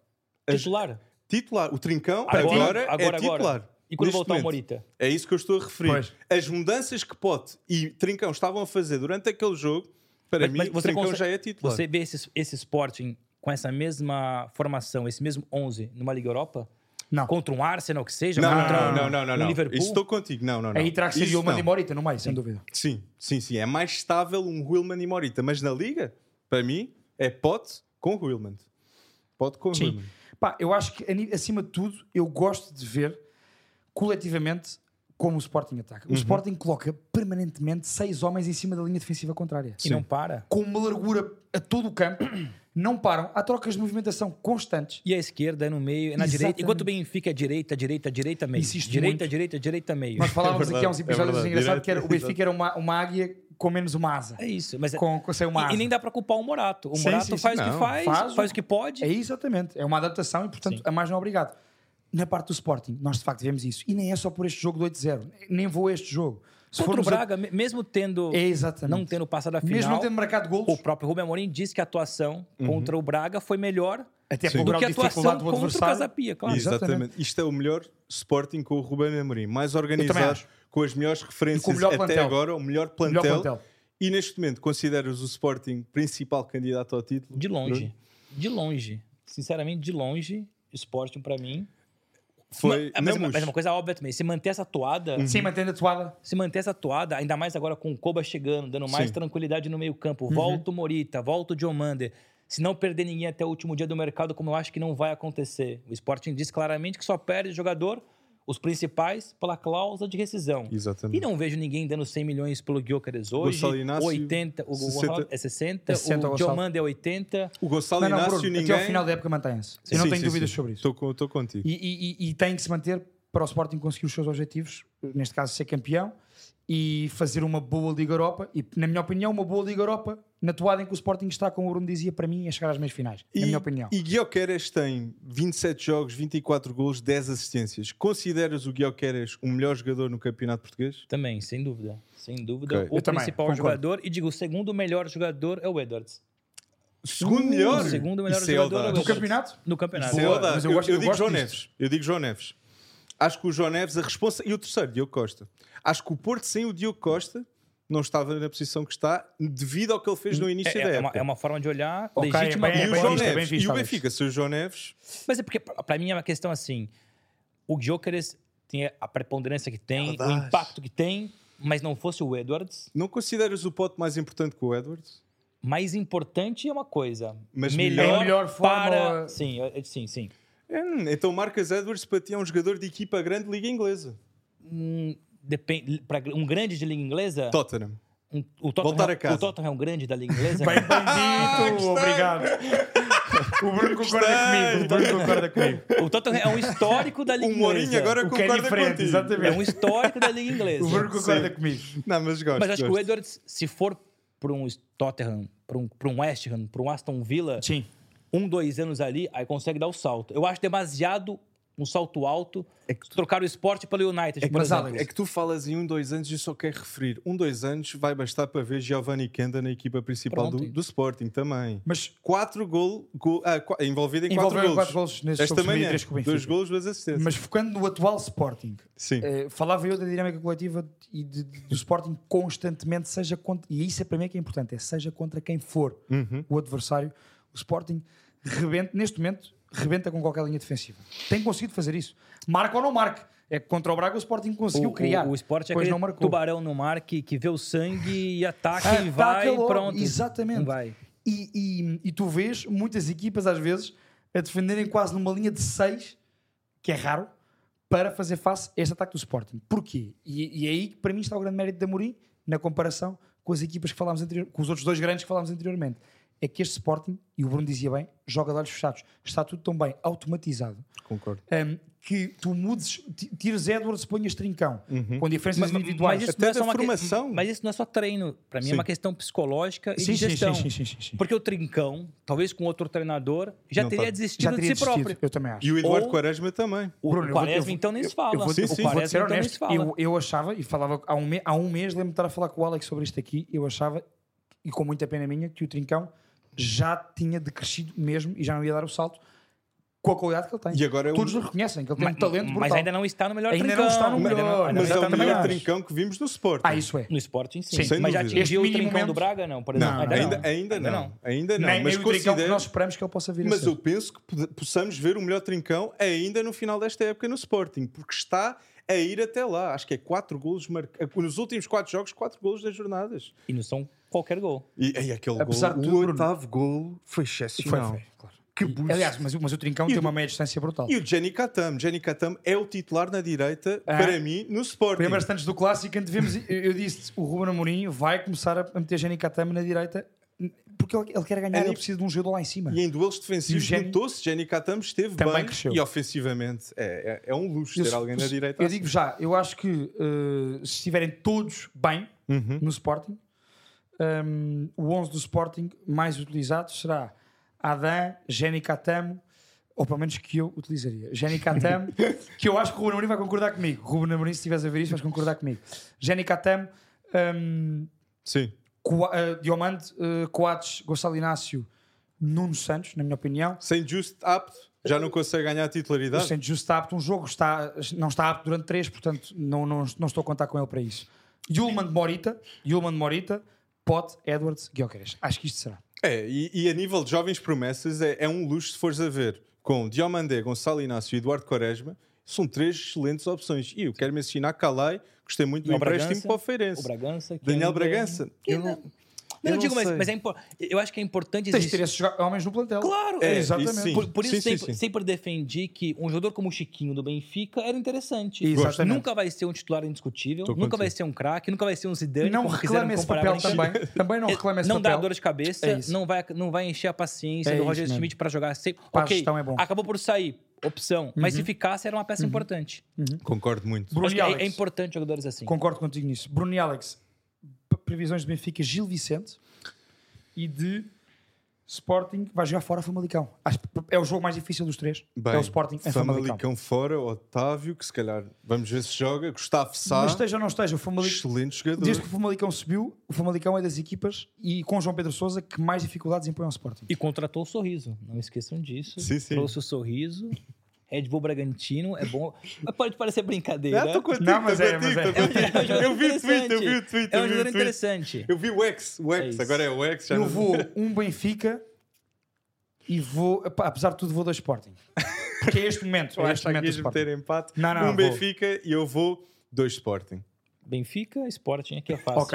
Titular.
Titular. O Trincão
Agora,
agora,
agora,
é
agora.
titular.
E quando
neste
voltar o
momento.
Morita?
É isso que eu estou a referir.
Pois.
As mudanças que Pote e Trincão estavam a fazer durante aquele jogo, para
Mas-
mim,
mas você
Trincão
consegue-
já é titular.
Você vê esse, esse Sporting com essa mesma formação, esse mesmo 11 numa Liga Europa?
Não.
Contra um Arsenal que seja?
Não,
contra
não, não, não, não,
um
não.
Liverpool?
Isso estou contigo. Não, não, não.
Aí terá que ser
Isso
o Mani
não.
Morita no meio, sem dúvida.
Sim, sim, sim. É mais estável um Willman e Morita. Mas na Liga, para mim, é Pote com Willman. Pote com
Sim.
Willman.
Pá, eu acho que, ani- acima de tudo, eu gosto de ver coletivamente como o Sporting ataca.
Uhum.
O Sporting coloca permanentemente seis homens em cima da linha defensiva contrária.
E não para.
Com uma largura a todo o campo, não param. Há trocas de movimentação constantes.
E a esquerda é no meio, é na direita.
Exatamente.
Enquanto o Benfica é direita, direita, direita, meio.
Insisto
direita,
muito.
direita, direita, meio.
Nós falávamos
verdade,
aqui há uns
é
episódios
verdade.
engraçados que era, o
Direto,
Benfica era uma, uma águia com menos uma asa.
É isso. Mas é-
Com, com, sem uma
e,
asa.
e nem dá pra culpar o Morato. O
Sim,
Morato
sim, sim.
faz o que
Não, um
faz,
faz
faz,
o-
o que pode.
É exatamente. É uma adaptação e, portanto, é mais não obrigado. Na parte do Sporting, nós de facto vemos isso. E nem é só por este jogo do 8-0. Nem vou a este jogo. Se
Contra o
formos a-
Braga, me- mesmo tendo,
É exatamente.
não tendo passado a final,
Mesmo não tendo marcado golos,
o próprio Rubem Amorim disse que a atuação contra o Braga foi melhor
até
Sim.
pelo
do
grau
que
de
a atuação
dificuldade do
contra o
adversário.
Casapia, claro.
Isso.
exatamente.
exatamente.
Isto é o melhor Sporting com o Ruben Amorim. Mais
também
organizado,
acho.
com as melhores referências
melhor
até
plantel.
agora, o melhor plantel.
Melhor plantel.
E neste momento, consideras o Sporting principal candidato ao título?
De longe. De longe. Sinceramente, de longe, Sporting pra mim.
Foi.
mas,
não,
mas é uma coisa óbvia também. Se manter essa toada,
Sim, mantendo a toada.
se manter essa toada, ainda mais agora com o Koba chegando, dando mais
Sim.
tranquilidade no meio-campo. Volta o Morita, volta o Diomander. Se não perder ninguém até o último dia do mercado, como eu acho que não vai acontecer. O Sporting diz claramente que só perde jogador, os principais, pela cláusula de rescisão.
Exatamente.
E não vejo ninguém dando 100 milhões pelo Guiocares hoje.
Gonçalo Inácio,
80, o
60.
Gonçalo é 60,
É 60,
o
Gonçalo.
Diomanda é 80.
O Gonçalo
Não, não,
Inácio
Bruno,
ninguém.
Até ao final da época mantém-se. Eu não
Sim,
tenho
sim,
dúvidas
sim.
sobre isso.
Estou com- Estou contigo.
E, e- e- e tem que se manter para o Sporting conseguir os seus objetivos, neste caso ser campeão e fazer uma boa Liga Europa. E, na minha opinião, uma boa Liga Europa na toada em que o Sporting está, como o Bruno dizia, para mim é chegar às meias finais. na minha opinião.
E Guioqueres tem 27 jogos, 24 gols, 10 assistências. Consideras o Guioqueres o melhor jogador no campeonato português?
Também, sem dúvida. Sem dúvida.
Ok.
O
Eu também,
principal
concordo.
jogador, e digo, o segundo melhor jogador é o Edwards.
Segundo
Uh,
melhor?
o segundo melhor
Isso é
jogador
audaz.
é
Do campeonato?
No campeonato.
Isso é
Boa,
audaz.
mas
eu,
eu gosto-
eu
eu
digo
gosto
João
disto.
Neves. Eu digo João Neves. Acho que o João Neves, a responsa. E o terceiro, Diogo Costa. Acho que o Porto sem o Diogo Costa não estava na posição que está devido ao que ele fez no início
É,
da
é uma,
época.
é uma forma de olhar
Ok,
legítima.
bem-
E o
bem
João
visto, é bem
Neves.
visto,
E o
Alex.
Benfica, se o João Neves.
Mas é porque, pra pra mim, é uma questão assim. O Jokeres tem a preponderância que tem,
Audaz.
o impacto que tem, mas não fosse o Edwards.
Não consideras o pote mais importante que o Edwards?
Mais importante é uma coisa.
Mas
melhor,
melhor- Melhor forma-
é-
para... Sim, eu- eu- sim, sim.
Hum, então Marcas Edwards para ti é um jogador de equipa grande Liga Inglesa.
Depende, Um pra um grande de liga inglesa,
Tottenham.
um- o,
Voltar a
Tottenham,
casa.
o Tottenham é um grande da liga inglesa.
Bem bandido,
Ah,
obrigado. O Bruno concorda comigo. O Bruno concorda comigo.
O Tottenham é um histórico da liga
O Mourinho
inglesa.
agora
O que é
concorda
diferente,
contigo.
exatamente.
É um histórico da liga
O
inglesa.
Bruno concorda comigo.
Não, mas gosto.
Mas acho que o
gosto.
Edwards, se for para um Tottenham, para um, pra um West Ham, para um Aston Villa,
Sim.
um, dois anos ali, aí consegue dar o salto. Eu acho demasiado um salto alto trocar o esporte pelo United,
É que-
por
mas,
exemplo.
Alex,
É que tu falas em um, dois anos e só quero referir. Um, dois anos vai bastar para ver Giovanni Kenda na equipa principal do,
Pronto.
do Sporting também.
Mas
Quatro gol, gol ah, qua- envolvido em
Envolveu
quatro,
quatro
golos.
golos nesse
Esta
jogo de
manhã,
2003 com o Benfica.
dois golos, duas assistências.
Mas focando no atual Sporting,
Sim.
eh, falava eu da dinâmica coletiva e de- de- do Sporting constantemente, seja contra, e isso é para mim que é importante, é seja contra quem for o adversário, o Sporting rebenta, neste momento, rebenta com qualquer linha defensiva. Tem conseguido fazer isso. Marca ou não marca. É que contra o Braga o Sporting conseguiu
o,
criar.
o, o esporte é
pois
aquele
não marcou. É,
tubarão no mar que, que vê o sangue e ataca e
Ataca
vai
logo,
pronto.
Exatamente.
Vai.
E, e- e tu vês muitas equipas, às vezes, a defenderem quase numa linha de 6, que é raro, para fazer face a este ataque do Sporting. Porquê? E, e é aí que para mim está o grande mérito da Amorim, na comparação com as equipas que falámos anterior, com os outros dois grandes que falámos anteriormente. é que este Sporting, e o Bruno dizia bem, joga de olhos fechados. Está tudo tão bem automatizado
Concordo.
hum, que tu mudes, ti- tires Edwards, ponhas Trincão, com diferenças
Mas- mas-
individuais.
mas isso
Até
não é só
da
uma que-
formação.
Mas isso não é só treino. Para mim é
Sim.
uma questão psicológica e
Sim,
de
sim,
gestão.
sim, sim, sim, sim, sim.
Porque o Trincão, talvez com outro treinador, já
Não,
teria
tá.
desistido
já teria
de si
desistido,
próprio.
eu também acho.
E o Eduardo
Ou-
Quaresma também.
O,
Bruno,
o
eu vou-
Quaresma,
eu vou-
então, nem se
Eu
fala.
vou,
Sim,
eu
sim.
vou
Quaresma,
ser
então, nem se
honesto,
fala.
eu, eu achava, e falava há um, me- há um mês, lembro-me de estar a falar com o Alex sobre isto aqui, eu achava, e com muita pena minha, que o Trincão já tinha decrescido mesmo e já não ia dar o salto com a qualidade que ele tem.
E agora é um-
Todos lhe reconhecem que ele tem
Mas-
um talento
mas
brutal.
ainda não está no melhor
Ainda não
Trincão.
está no
Ainda não-
tá melhor,
ainda
Mas
eu
é
não
o
está
também
melhor
acho.
trincão que vimos no Sporting.
Ah, isso é.
No Sporting, sim.
Sim, sem
mas já
dúvida.
atingiu
Este
o trincão
mínimo
do
momento- é-
Braga, não, por exemplo.
Não, ainda, ainda não. Ainda não.
nem,
mas
nem o Trincão que
considero-
nós esperamos que ele possa vir a
Mas
ser.
eu penso que pode- possamos ver o melhor trincão ainda no final desta época no Sporting, porque está a ir até lá. Acho que é quatro golos marcados. Nos últimos quatro jogos, quatro golos das jornadas.
E não são qualquer gol.
E, e aquele
Apesar
gol,
de tudo,
o
Bruno-
oitavo gol foi
Foi,
excepcional.
foi, é, claro.
Que boost.
Aliás, mas, o- mas o Trincão tem uma meia distância brutal.
E o Jenny Katam. Jenny Katam é o titular na direita,
Ah.
para mim, no Sporting.
Lembras-te antes do clássico, antes vemos, eu- eu disse o Ruben Amorim vai começar a meter Jenny Katama na direita porque ele, ele quer ganhar,
Ele-
ele precisa de um jogador lá em cima.
E em duelos defensivos,
E o Jenny-
notou-se. Jenny Katam esteve
Também
bem
cresceu.
e ofensivamente. É, é, é um luxo
Eu-
ter alguém na
eu-
direita.
Eu
assim.
digo já, eu acho que eh, se estiverem todos bem
Uhum.
no Sporting, ehm, o 11 do Sporting mais utilizado será Adam, Jenny Katamo, ou pelo menos que eu utilizaria. Jenny Katamo, que eu acho que o Ruben Amorim vai concordar comigo. Ruben Amorim, se estiveres a ver isto, vais concordar comigo. Jenny Katamo. ehm,
Sim.
Coa- eh, Diomande, eh, Coates, Gonçalo Inácio, Nuno Santos, na minha opinião.
Sem Just apto, já não consegue ganhar a
O
titularidade.
Santos justo está apto um jogo, está, não está apto durante três, portanto não, não, não estou a contar com ele para isso. Yulman de Morita, Yulman de Morita, Pote, Edwards, Guiocares. Acho que isto será.
É, e, e a nível de jovens promessas é, é um luxo se fores a ver. Com Diomandé, Gonçalo Inácio e Eduardo Quaresma, são três excelentes opções. E eu quero mencionar Calai, gostei muito do
O Bragança,
empréstimo para o
O
É
Feirense.
Bragança. que
Daniel
ainda-
Bragança.
Que
Eu
não-
não-
Não,
eu
eu digo,
não
mas,
sei.
mas é impor- eu acho que é importante
Tens de ter
existir.
esses jo- homens no plantel.
Claro,
É,
Exatamente.
isso sim.
Por, por isso
Sim, sim,
sempre,
sim.
sempre defendi que um jogador como o Chiquinho do Benfica era interessante.
Exatamente.
Nunca vai ser um titular indiscutível,
Tô
nunca vai
contigo.
ser um craque, nunca vai ser um Zidane.
Não
como quiseram
reclama esse
comparar
papel
a gente.
também. Também não reclama esse
É, não dá
papel.
dor de cabeça,
É isso.
não, vai, não vai encher a paciência
É
do
isso
Roger
mesmo.
Schmidt para jogar sempre.
Para a
ok,
gestão é bom. Uhum.
acabou por sair, opção. Mas se ficasse, era uma peça importante.
Concordo muito.
Bruno
Acho
e
que é-
Alex.
é, importante jogadores assim.
Concordo contigo nisso. Bruno e Alex, p- previsões de Benfica, Gil Vicente e de Sporting, vai jogar fora Famalicão. Acho que é o jogo mais difícil dos três.
Bem,
é o Sporting em Famalicão.
Famalicão fora, Otávio, que se calhar vamos ver se joga. Gustavo Sá,
Mas esteja ou não esteja, o Famalicão,
excelente jogador.
desde que o Famalicão subiu, o Famalicão é das equipas e com o João Pedro Sousa que mais dificuldades impõe ao Sporting.
E contratou o sorriso, não esqueçam disso.
Sim, sim.
Trouxe o sorriso. Red Bull Bragantino é bom. Mas pode parecer brincadeira. um
Ah, tô contigo,
Não, mas
tô
é,
contigo,
mas é.
tô contigo. Eu vi o tweet, eu vi o tweet.
É
eu
um
vi o
jogador
tweet.
interessante.
Eu vi o X, o
É
X,
isso.
agora é o X. Já
Eu
não-
vou um Benfica e vou, epá, apesar de tudo, vou dois Sporting. Porque é este momento, é este
Esta
momento
aqui
do
ias
Sporting.
meter empate.
Não, não,
um
vou.
Benfica e eu vou dois Sporting.
Benfica, Sporting, aqui é fácil.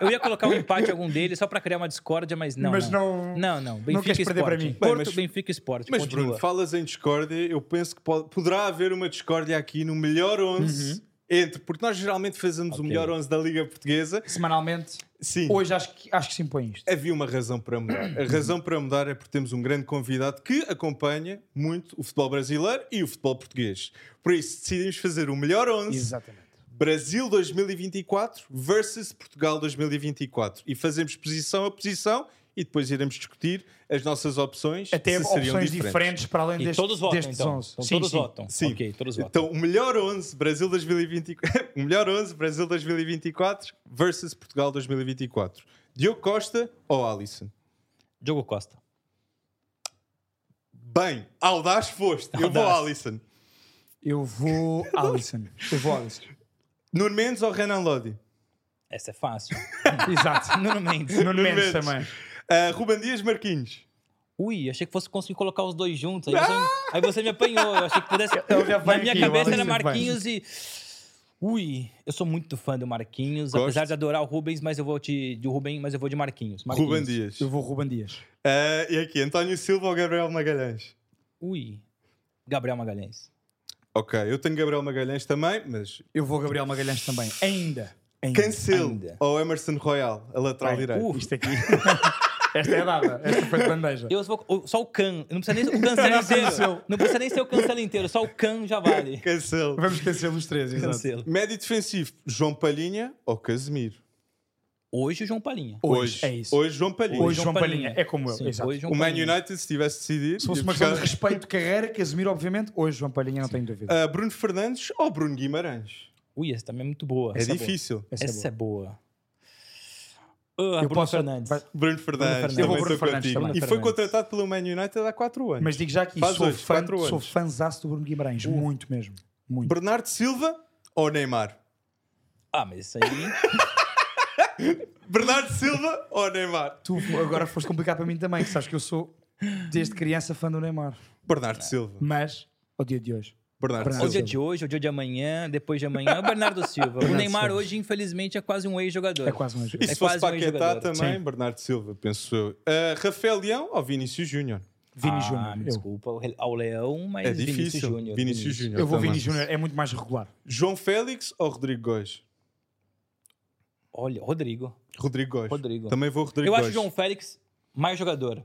Eu ia colocar um empate em algum deles só pra criar uma discórdia, mas não.
Mas não-
Não, não. Benfica
queres
e
perder pra
Sporting.
mim.
Porto,
Bem, mas-
Benfica e Sporting.
Mas
continua.
Bruno, falas em discórdia, eu penso que pode- poderá haver uma discórdia aqui no melhor 11
Uhum.
entre, porque nós geralmente fazemos o
Ok.
melhor 11 da Liga Portuguesa.
Semanalmente,
Sim.
hoje acho que, acho que se impõe isto.
Havia uma razão para mudar.
Uhum.
A razão para mudar é porque temos um grande convidado que acompanha muito o futebol brasileiro e o futebol português. Por isso, decidimos fazer o melhor 11
Exatamente.
Brasil 2024 versus Portugal 2024. E fazemos posição a posição e depois iremos discutir as nossas opções.
Até
se seriam
opções diferentes. para além
E
deste,
todos votam,
destes
então.
11.
Então
Sim,
todos
sim.
votam.
Sim.
Ok, todos votam.
Então, o melhor 11 Brasil 2024, o melhor 11 Brasil 2024 versus Portugal 2024. Diogo Costa ou Alisson?
Diogo Costa.
Bem, audaz foste. Eu vou
Audaz.
Alisson.
Eu vou Alisson. Eu vou Alisson.
Nuno Mendes ou Renan Lodi?
Essa é fácil.
Exato.
Nuno Mendes.
Nuno Mendes
Mendes.
também.
Ah, Ruben Dias Marquinhos.
Ui, achei que fosse conseguir colocar os dois juntos. Aí você, aí você me apanhou. Eu achei que pudesse.
Eu já
na
venho
minha
aqui,
cabeça
eu
era
venho.
Marquinhos e. Ui, eu sou muito fã do Marquinhos,
Gosto.
apesar de adorar o Rubens, mas eu vou te, de Rubens, mas eu vou de Marquinhos. Marquinhos.
Ruben Dias.
Eu vou Ruben Dias.
Ah, e aqui, António Silva ou Gabriel Magalhães?
Ui, Gabriel Magalhães.
Ok, eu tenho Gabriel Magalhães também, mas
Eu vou Gabriel Magalhães também. Ainda. Ainda.
Cancelo
Ainda.
ou Emerson Royal, a lateral
Bem,
direita.
Uh,
Isto aqui. Esta é dada. Esta foi de bandeja.
Eu só, o- só o can. Não precisa nem o cancelo inteiro. Não precisa nem ser o cancelo inteiro, só o can já vale.
Cancelo.
Vamos esquecer os três, exato.
Cancelo.
Médio defensivo, João Palhinha ou Casemiro?
Hoje o João Palinha.
Hoje, é isso.
Hoje, João Palhinha.
Hoje, João Palhinha. É como eu, exato.
hoje João
o Man
Palinha.
United, se tivesse decidido.
Se fosse
ia
uma questão de
buscar,
respeito, carreira, Casemiro, obviamente, hoje João Palhinha, não tenho dúvida.
ah, Bruno Fernandes ou Bruno Guimarães?
Ui, essa também é muito boa.
É
Essa boa.
difícil.
Essa é
Essa é boa. Ah, Bruno Fernandes.
vai-
Bruno Fernandes,
Fernandes.
também
Eu vou
sou
Bruno Fernandes
contigo.
também.
E foi
Fernandes.
contratado pelo Man United há 4
é-
anos.
Mas digo já que
Faz
sou,
hoje, Uh.
fã,
quatro anos.
sou fanzaço do Bruno Guimarães. Muito mesmo. Muito.
Bernardo Silva ou Neymar?
Ah, mas isso aí.
Bernardo Silva ou Neymar?
Tu agora foste complicar para mim também, que sabes que eu sou, desde criança, fã do Neymar.
Bernardo Silva.
Mas, ao dia de hoje,
Bernardo
Bernardo
o
Silva.
dia de hoje, o dia de amanhã, depois de amanhã, é o Bernardo Silva. o
Bernardo
Neymar
Silva.
hoje, infelizmente, é quase um ex-jogador.
é quase um
E
jogo.
se
É
fosse
quase um
Paquetá
ex-jogador.
também,
Sim.
Bernardo Silva, penso eu. Ah, Rafael Leão ou Vinícius Júnior?
Vini
ah,
Júnior.
me
Eu.
Desculpa, ao Re- ao Leão, mas
É
Vinícius
difícil.
Júnior.
Vinícius Júnior.
Eu vou
também.
Vini Júnior, é muito mais regular.
João Félix ou Rodrigo Góes?
Olha, Rodrigo.
Rodrigo Góes.
Rodrigo.
Também vou Rodrigo
Eu
Góes.
acho o João Félix mais jogador.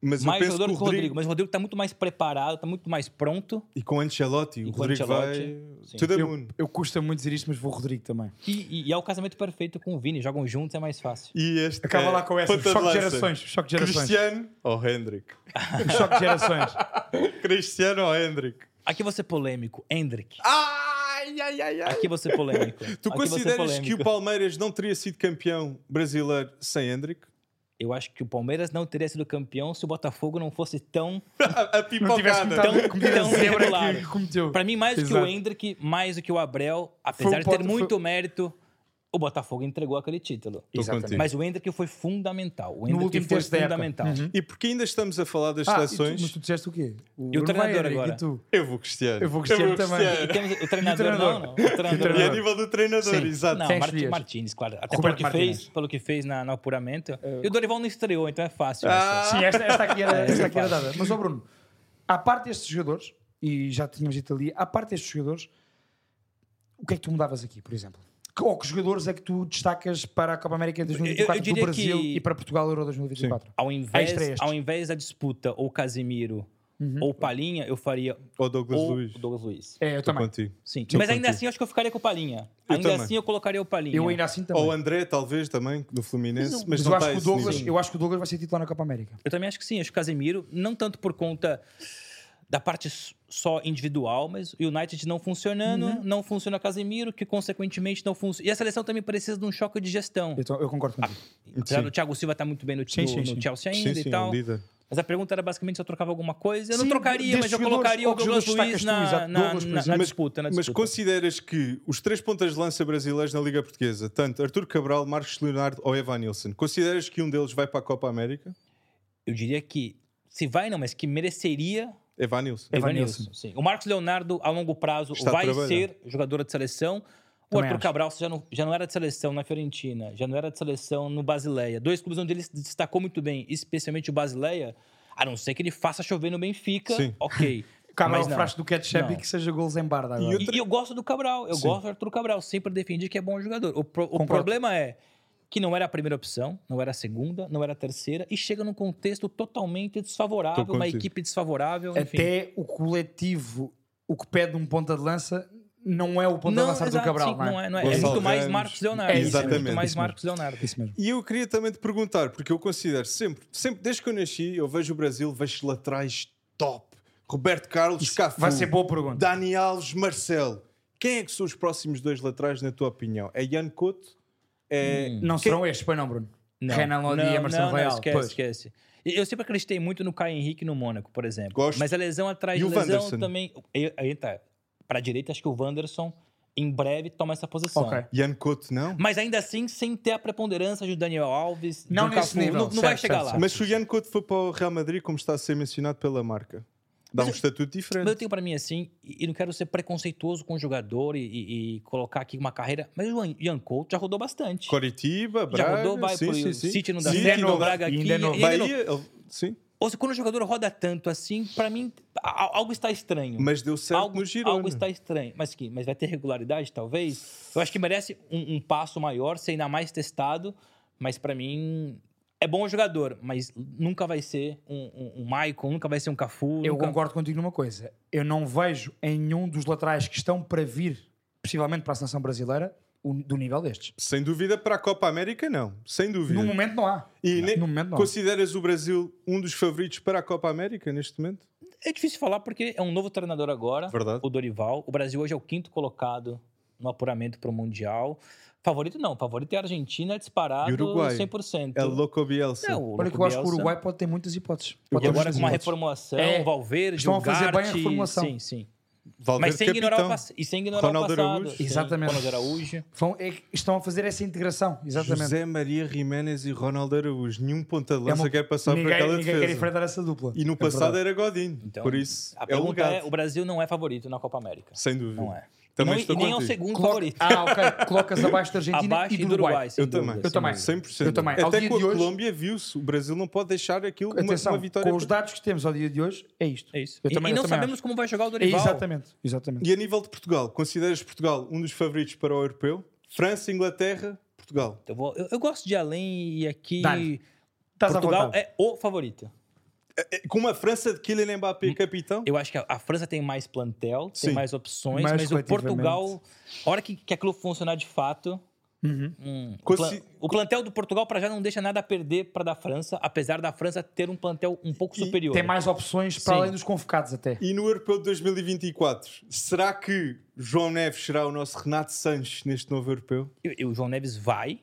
Mas eu
mais
penso
jogador
que
que
o
o Rodrigo. Mas o Rodrigo tá muito mais preparado, tá muito mais pronto.
E com o Ancelotti, o
E com
Rodrigo vai...
Ancelotti, sim.
To the
Eu,
moon.
eu custa muito dizer isto, mas vou Rodrigo também.
E, e- e é o casamento perfeito com o Vini. Jogam juntos, é mais fácil.
E este
Acaba
é
lá com essa.
ponta
Choque de
lança.
gerações. Choque de gerações.
Cristiano ou Hendrick?
Choque de gerações.
Cristiano ou Hendrick?
Aqui você é polêmico, Hendrick.
Ai, ai, ai, ai.
Aqui você é polêmico.
Tu
Aqui
consideras
você é
que o
polêmico.
Palmeiras não teria sido campeão brasileiro sem Hendrick?
Eu acho que o Palmeiras não teria sido campeão se o Botafogo não fosse tão.
A, a
Não tivesse
pipocada.
cometido a comida
tão
zebra
regular.
que cometeu.
Pra mim, mais do que
Exato.
o Hendrick, mais do que o Abrel, apesar
o
de ter
Bota-
muito
foi-
mérito, o Botafogo entregou aquele título.
Tô
Exatamente.
contigo.
Mas o Hendrick foi fundamental. O
último
Hendrick foi
terço da época. Uhum.
fundamental.
E porque ainda estamos a falar das
Ah, e tu,
seleções,
mas tu disseste o quê? O
E o
Bruno
treinador
Henrique,
agora?
E tu?
eu vou Cristiano.
Eu vou Cristiano também.
E temos o treinador,
treinador?
não, não. O treinador,
E o
E
não.
a nível do treinador,
Sim.
exato.
Não,
Sérgio
Marti-
Dias.
Martins, claro. Até
Roberto
pelo que,
Martinez. É.
fez, pelo que fez na, no apuramento. E o Dorival não estreou, então é fácil.
Ah,
essa.
Sim, esta, esta aqui era,
É,
esta aqui era
fácil.
dada. Mas, ó Bruno, à parte destes jogadores, e já tínhamos dito ali, à parte destes jogadores, o que é que tu mudavas aqui, por exemplo? Que- ou que jogadores é que tu destacas para a Copa América de
Eu- eu
2024 do
diria
Brasil
que-
e para Portugal Euro 2024?
Ao invés,
extra este.
ao invés da disputa ou Casimiro
Uhum.
ou Palinha, eu faria
Ou Douglas
ou
Luiz.
Douglas Luiz.
É, eu
Estou
também.
contigo.
Sim.
Tô
Mas ainda
contigo.
assim, eu acho que eu ficaria com o Palinha.
Eu
ainda
também.
assim, eu colocaria o Palinha.
Eu ainda assim também.
Ou André, talvez, também, do Fluminense. Mas,
mas
não está
eu acho,
a
que o
esse
Douglas,
nível.
eu acho que o Douglas vai ser titular na Copa América.
Eu também acho que sim. Acho que o Casemiro, não tanto por conta da parte s- só individual, mas o United não funcionando, não funciona Casemiro, que consequentemente não funciona. E a seleção também precisa de um choque de gestão.
Eu, tô- Então, eu concordo contigo.
Apesar
Sim.
do Thiago Silva estar muito bem no,
Sim, sim,
no
sim.
Chelsea ainda
Sim, sim,
e
é um
tal.
líder.
Mas a pergunta era basicamente se eu trocava alguma coisa. Eu
Sim,
não trocaria,
destes
mas eu
jogadores,
colocaria o
qual
Douglas
jogador
Luiz
destacas tu?
na,
Exato,
na,
Douglas, por
na- na
exemplo.
disputa. Na
Mas
disputa.
consideras que os três pontas de lança brasileiros na Liga Portuguesa, tanto Arthur Cabral, Marcos Leonardo ou Evanilson, consideras que um deles vai para a Copa América?
Eu diria que, se vai não, mas que mereceria
Evanilson.
Evanilson.
Evanilson, sim. O Marcos Leonardo, a longo prazo,
Está
vai
trabalhando.
ser jogador de seleção. O
Também
Arthur
acho.
Cabral já não, já não era de seleção na Fiorentina, já não era de seleção no Basileia. Dois clubes onde ele se destacou muito bem, especialmente o Basileia, a não ser que ele faça chover no Benfica,
Sim.
ok.
Cabral
Mas não.
frasco do ketchup
Não.
e que seja golos em barda agora.
outro-
E, e eu gosto do Cabral, eu gosto do Arthur Cabral, sempre defendi que é bom jogador. O, pro- o
Concordo.
problema é que não era a primeira opção, não era a segunda, não era a terceira, e chega num contexto totalmente desfavorável,
Tô É
uma
contigo.
equipe desfavorável, enfim.
Até o coletivo, o que pede um ponta de lança, não é o ponta de lança do
exato,
Cabral,
sim,
não é?
não é, não é. É
Gonçalo
muito mais
Ramos.
Marcos Leonardo.
É,
É, muito
exatamente,
mais
isso mesmo.
Marcos Leonardo.
Isso mesmo.
E eu queria também te perguntar, porque eu considero sempre, sempre desde que eu nasci, eu vejo o Brasil, vejo laterais top. Roberto Carlos, Cafu,
Vai ser boa pergunta.
Dani Alves, Marcelo. Quem é que são os próximos dois laterais, na tua opinião? É Ian Couto? É...
Não serão estes, pois não, Bruno? Renan Lodi e Emerson
não,
Royal.
esquece,
pois.
esquece. E Eu sempre acreditei muito no Caio Henrique no Mônaco, por exemplo.
Gosto.
Mas a lesão atrás
E
de
o
lesão
Wanderson?
também. E- Aí tá. Pra direita, acho que o Wanderson em breve toma essa posição.
Ok.
Ian Couto, não?
Mas ainda assim, sem ter a preponderância de Daniel Alves, de
Não
um
nesse
Cafu.
nível,
Não, não vai
certo,
chegar
certo,
lá.
certo.
Mas se o Ian Couto for para o Real Madrid, como está a ser mencionado pela marca, dá um estatuto
Mas eu
diferente.
tenho pra mim assim, e e não quero ser preconceituoso com o jogador e, e- e colocar aqui uma carreira, mas o Ian Couto já rodou bastante.
Coritiba,
Já
Braga,
rodou, vai
sim,
pro
sim, sim.
City, não dá
Sim,
certo,
não
no
dá.
Braga
E
aqui.
ainda não
e ele não-
Bahia, ele- sim.
Ou seja, quando o jogador roda tanto assim, pra mim, a- algo está estranho.
Mas deu certo
algo,
no Girona.
algo está estranho. Mas, que, mas vai ter regularidade, talvez? Eu acho que merece um, um passo maior, ser ainda mais testado. Mas pra mim, é bom jogador, mas nunca vai ser um, um, um Maicon, nunca vai ser um Cafu.
Eu
nunca-
concordo contigo numa coisa. Eu não vejo em nenhum dos laterais que estão para vir, possivelmente para a seleção brasileira, o- do nível destes.
Sem dúvida, para a Copa América, não. Sem dúvida.
No momento não há.
e
Não,
ne-
no momento não.
consideras o Brasil um dos favoritos para a Copa América neste momento?
É difícil falar porque é um novo treinador agora,
Verdade.
o Dorival. O Brasil hoje é o quinto colocado no apuramento para o Mundial. Favorito não, favorito é a Argentina disparado
E Uruguai.
100%.
É Loco Bielsa.
É, o
Olha
Louco
que eu acho que o
Bielsa.
Uruguai pode ter muitas hipóteses.
E
Pode ter
agora
muitas
com uma
hipóteses.
reformulação,
É,
Valverde,
estão a fazer bem a
Ugarte,
reformulação.
Sim, sim.
Valverde é
Mas sem ignorar, o
capitão.
pass- e sem ignorar
Ronaldo
o passado.
Araújo.
Sim,
Exatamente.
Ronaldo Araújo.
Vão- é que estão a fazer essa integração, exatamente.
José Maria Jiménez e Ronaldo Araújo. Nenhum ponta de
É
lança
uma-
quer passar
ninguém,
por aquela
ninguém quer
defesa.
enfrentar essa dupla.
E no
É
passado
verdade.
era Godinho.
Então,
por isso,
A
é um
pergunta é,
gato.
o Brasil não é favorito na Copa América.
Sem dúvida.
Não é.
Também
e não,
estou
e nem é o
contigo.
segundo
Colo-
favorito.
Ah, ok. Colocas abaixo da Argentina
Abaixo
e do Uruguai.
sem
Eu também.
dúvida, É
Eu
sem
também.
dúvida.
100%.
Eu também. Ao
Até
dia
com a
de hoje-
Colômbia viu-se. O Brasil não pode deixar aquilo uma,
Atenção,
uma vitória.
com os
per-
dados que temos ao dia de hoje, é isto.
É isso.
Eu
e e
também- eu
não
também
sabemos como vai jogar o é Dorival.
Exatamente, exatamente.
E a nível de Portugal, consideras Portugal um dos favoritos para o europeu? França, Inglaterra, Portugal.
Eu, vou- eu- eu gosto de ir além e aqui.
Dá-lhe. Estás à
Portugal
vontade.
é o favorito.
É, Com uma França de Kylian
Hum.
Mbappé capitão?
Eu acho que a, a França tem mais plantel,
Sim.
tem mais opções,
Mais
mas o Portugal,
coletivamente.
a hora que, que aquilo funcionar de fato.
Uhum.
hum, o,
Consi-
plan- o plantel do Portugal para já não deixa nada a perder para da França, apesar da França ter um plantel um pouco
E
superior.
Tem mais opções para
Sim.
além dos convocados até.
E no europeu de 2024, será que João Neves será o nosso Renato Sanches neste novo europeu?
E, e o João Neves vai,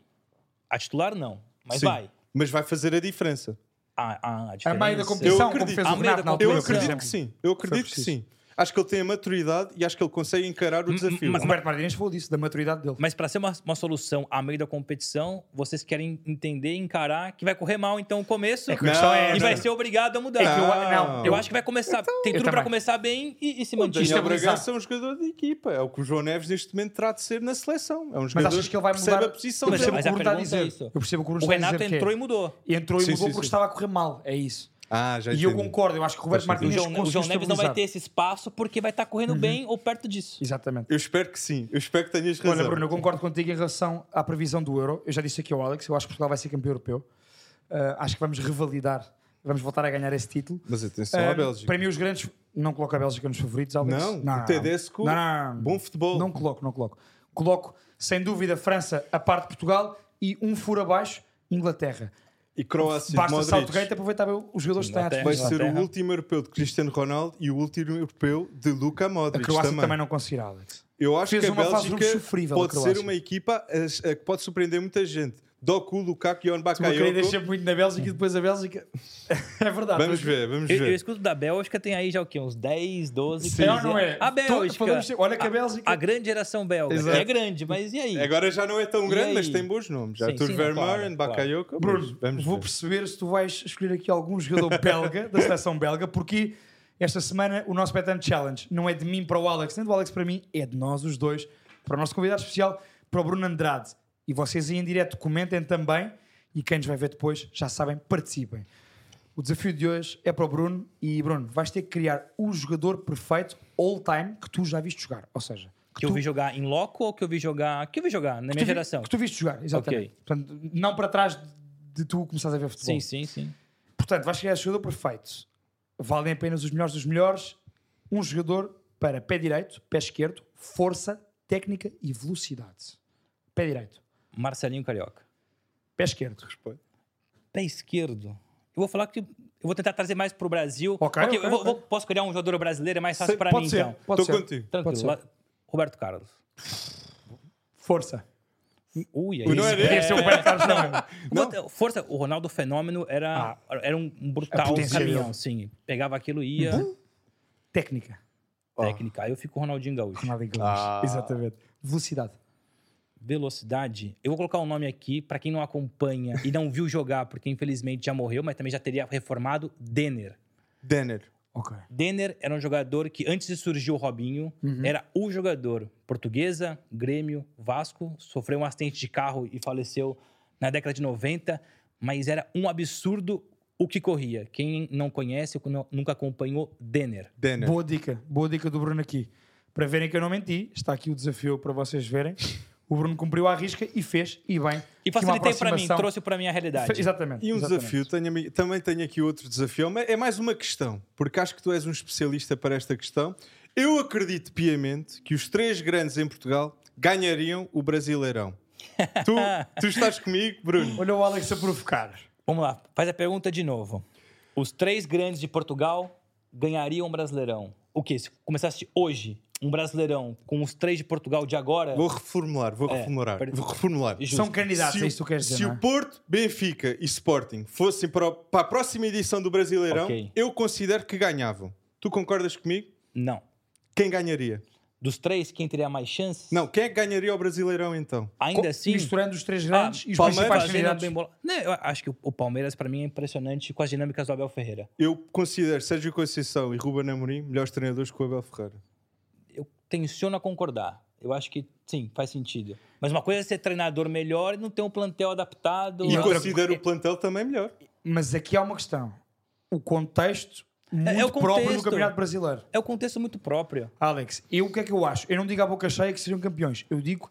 a titular não, mas
Sim.
vai.
Mas vai fazer a diferença.
A, a, a
A
diferença-
meio da
Eu
competição, como
acredito.
fez
À
o
meio da
Renato
Eu
na altura, por é?
acredito
exemplo.
que sim. Eu acredito que
preciso.
sim. Acho que ele tem a maturidade e acho que ele consegue encarar o
M-
desafio.
mas-
Hum, Roberto Martins falou disso, da maturidade dele.
Mas para ser uma, uma solução a meio da competição, vocês querem entender e encarar que vai correr mal então o começo
que a questão
e
é essa.
vai ser obrigado a mudar.
É que eu-
não, Então,
Eu acho que vai começar, tem
eu
tudo para
também.
começar bem e, e se
O Daniel
manter.
Estabilizar.
Bragança é um jogador de equipa. É o que o João Neves neste momento terá de ser na seleção. É um jogador
achas que ele vai
percebe
mudar-
a posição
Eu
Mas-
dele.
percebo o
mas
que
a
o Bruno está a
pergunta é
dizer.
isso.
Eu percebo o que o Bruno
O
está a dizer.
Renato
que é-
entrou e mudou.
Entrou e
Sim,
mudou
sim,
porque
sim.
estava a correr mal, é isso.
Ah, já
E eu
entendi.
concordo, eu Uhum. acho que o Roberto
Faz
O
sentido.
Martins
João, Então, o
conseguiu
João Neves não vai
estabilizar.
ter esse espaço porque vai estar correndo bem ou perto disso.
Exatamente.
Eu espero que sim. Eu espero que tenhas razão.
Olha, Bruno, eu concordo contigo em relação à previsão do Euro. Eu já disse aqui ao Alex, eu acho que Portugal vai ser campeão europeu. Ah, acho que vamos revalidar, vamos voltar a ganhar esse título.
Mas atenção
Ah,
à Bélgica.
Para mim, os grandes. Não coloco a Bélgica nos favoritos, Alex.
Não, o Tedesco,
Não, não, não.
bom futebol.
Não coloco, não coloco. Coloco, sem dúvida, França, a parte de Portugal e um furo abaixo, Inglaterra.
E Croácia,
Basta
Modric.
Southgate aproveitar bem os jogadores que têm à
Inglaterra.
Vai
disposição.
ser o
Inglaterra.
último europeu de Cristiano Ronaldo e o último europeu de Luka
A
Modric.
Croácia também, não conseguirá, Alex.
Eu acho
Fez
que a
uma fase é de
Bélgica
grupos sofrível, a
pode ser
Croácia.
uma equipa a- a que pode surpreender muita gente. Doku, Lukaku, Ion
Tu queria deixar
Bakayoko.
muito na Bélgica e depois a Bélgica. é verdade.
Vamos ver, vamos
Eu, eu
ver.
escuto da Bélgica, tem aí já o quê? Uns 10, 12, 15.
Sim. É ou não é?
A
Todo-
Bélgica.
podemos ter- olha que a Bélgica-
A, grande geração belga.
Exato.
É grande, mas e aí?
Agora já não é tão
E
grande,
aí?
mas tem bons nomes.
Sim,
Arthur
sim,
Vermeulen,
claro, claro.
Bakayoko. mas
Bruno,
vamos
vou
ver.
perceber se tu vais escolher aqui algum jogador belga, da seleção belga, porque esta semana o nosso Betan Challenge não é de mim para o Alex, nem do Alex para mim, é de nós os dois, para o nosso convidado especial, para o Bruno Andrade. E vocês aí em direto comentem também, e quem nos vai ver depois, já sabem, participem. O desafio de hoje é para o Bruno, e Bruno, vais ter que criar o jogador perfeito all-time que tu já viste jogar, ou seja...
Que eu
tu
vi jogar em loco ou que eu vi jogar. Que eu vi jogar na
que tu
minha
vi-
geração.
Que tu viste jogar, exatamente.
Ok.
Portanto, não para trás de- de tu começares a ver
Sim,
futebol.
sim, sim.
Portanto, vais criar jogador perfeito. Valem apenas os melhores dos melhores. Um jogador para pé direito, pé esquerdo, força, técnica e velocidade. Pé direito,
Marcelinho Carioca.
pé esquerdo.
Pé esquerdo. Eu vou falar que. Eu vou tentar trazer mais pro Brasil. Ok,
Ok, ok,
eu vou-
ok.
vou- posso criar um jogador brasileiro? É mais fácil para
pode
mim,
ser,
então.
pode
Estou
ser.
contigo.
Pode
Tranquilo.
ser.
lá- Roberto Carlos.
Força.
Ui, aí.
Não
sim.
é
Podia
dele?
ser o Roberto Carlos não.
Vou ter- Força, o Ronaldo Fenômeno era,
Ah.
era um um brutal
potência
caminhão,
dele.
sim. Pegava aquilo e ia.
Uhum. Técnica.
Técnica. Aí eu fico com o Ronaldinho Gaúcho.
Ronaldo Inglês.
Ah.
Exatamente. Velocidade.
Velocidade. Eu vou colocar um nome aqui para quem não acompanha e não viu jogar, porque infelizmente já morreu, mas também já teria reformado. Denner.
Denner.
Ok.
Né.
Denner era um jogador que, antes de surgir o Robinho,
Uhum.
era o jogador. Portuguesa, Grêmio, Vasco, sofreu um acidente de carro e faleceu na década de 90, mas era um absurdo o que corria. Quem não conhece, ou não- nunca acompanhou, Denner.
Denner.
Boa dica. Boa dica do Bruno aqui. Para verem que eu não menti, está aqui o desafio para vocês verem. O Bruno cumpriu à risca e fez, e bem.
E
Que
facilitei
uma
para mim,
aproximação-
trouxe para a minha realidade.
Fe- Exatamente.
E um
exatamente.
desafio, tenho a mi- também tenho aqui outro desafio, mas é mais uma questão, porque acho que tu és um especialista para esta questão. Eu acredito piamente que os três grandes em Portugal ganhariam o Brasileirão. tu, tu estás comigo, Bruno?
Olha o Alex a provocar.
Vamos lá, faz a pergunta de novo. Os três grandes de Portugal ganhariam um Brasileirão. O quê? Se começasse hoje um Brasileirão com os três de Portugal de agora,
Vou reformular, vou
É,
reformular,
perdão.
vou reformular.
justo.
São candidatos,
Se
é
o-
isso que tu queres dizer,
Se
não é?
o Porto, Benfica e Sporting fossem para, o- para a próxima edição do Brasileirão,
Ok.
eu considero que ganhavam. Tu concordas comigo?
Não.
Quem ganharia?
Dos três, quem teria mais chances?
Não, quem é que ganharia o Brasileirão então?
Ainda
Co-
assim...
Misturando os três
Ah,
grandes e os
Palmeiras,
principais
fazendo
candidatos.
bem bola- Não, eu acho que o- o Palmeiras, para mim, é impressionante com as dinâmicas do Abel Ferreira.
Eu considero Sérgio Conceição e Ruben Amorim melhores treinadores que o Abel Ferreira.
Eu tenciono a concordar. Eu acho que, sim, faz sentido. Mas uma coisa é ser treinador melhor e não ter um plantel adaptado.
E
a-
considero o plantel também melhor.
Mas aqui há uma questão. O contexto muito
é o
próprio do
contexto.
Campeonato Brasileiro.
É um contexto muito próprio.
Alex, eu o que é que eu acho? Eu não digo à boca cheia que seriam campeões. Eu digo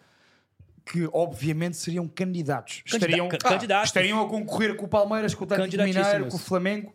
que, obviamente, seriam candidatos.
Candida-
estariam,
ca- candidatos.
estariam a concorrer com o Palmeiras, com o Atlético
Candidatíssimos.
Mineiro, com o Flamengo.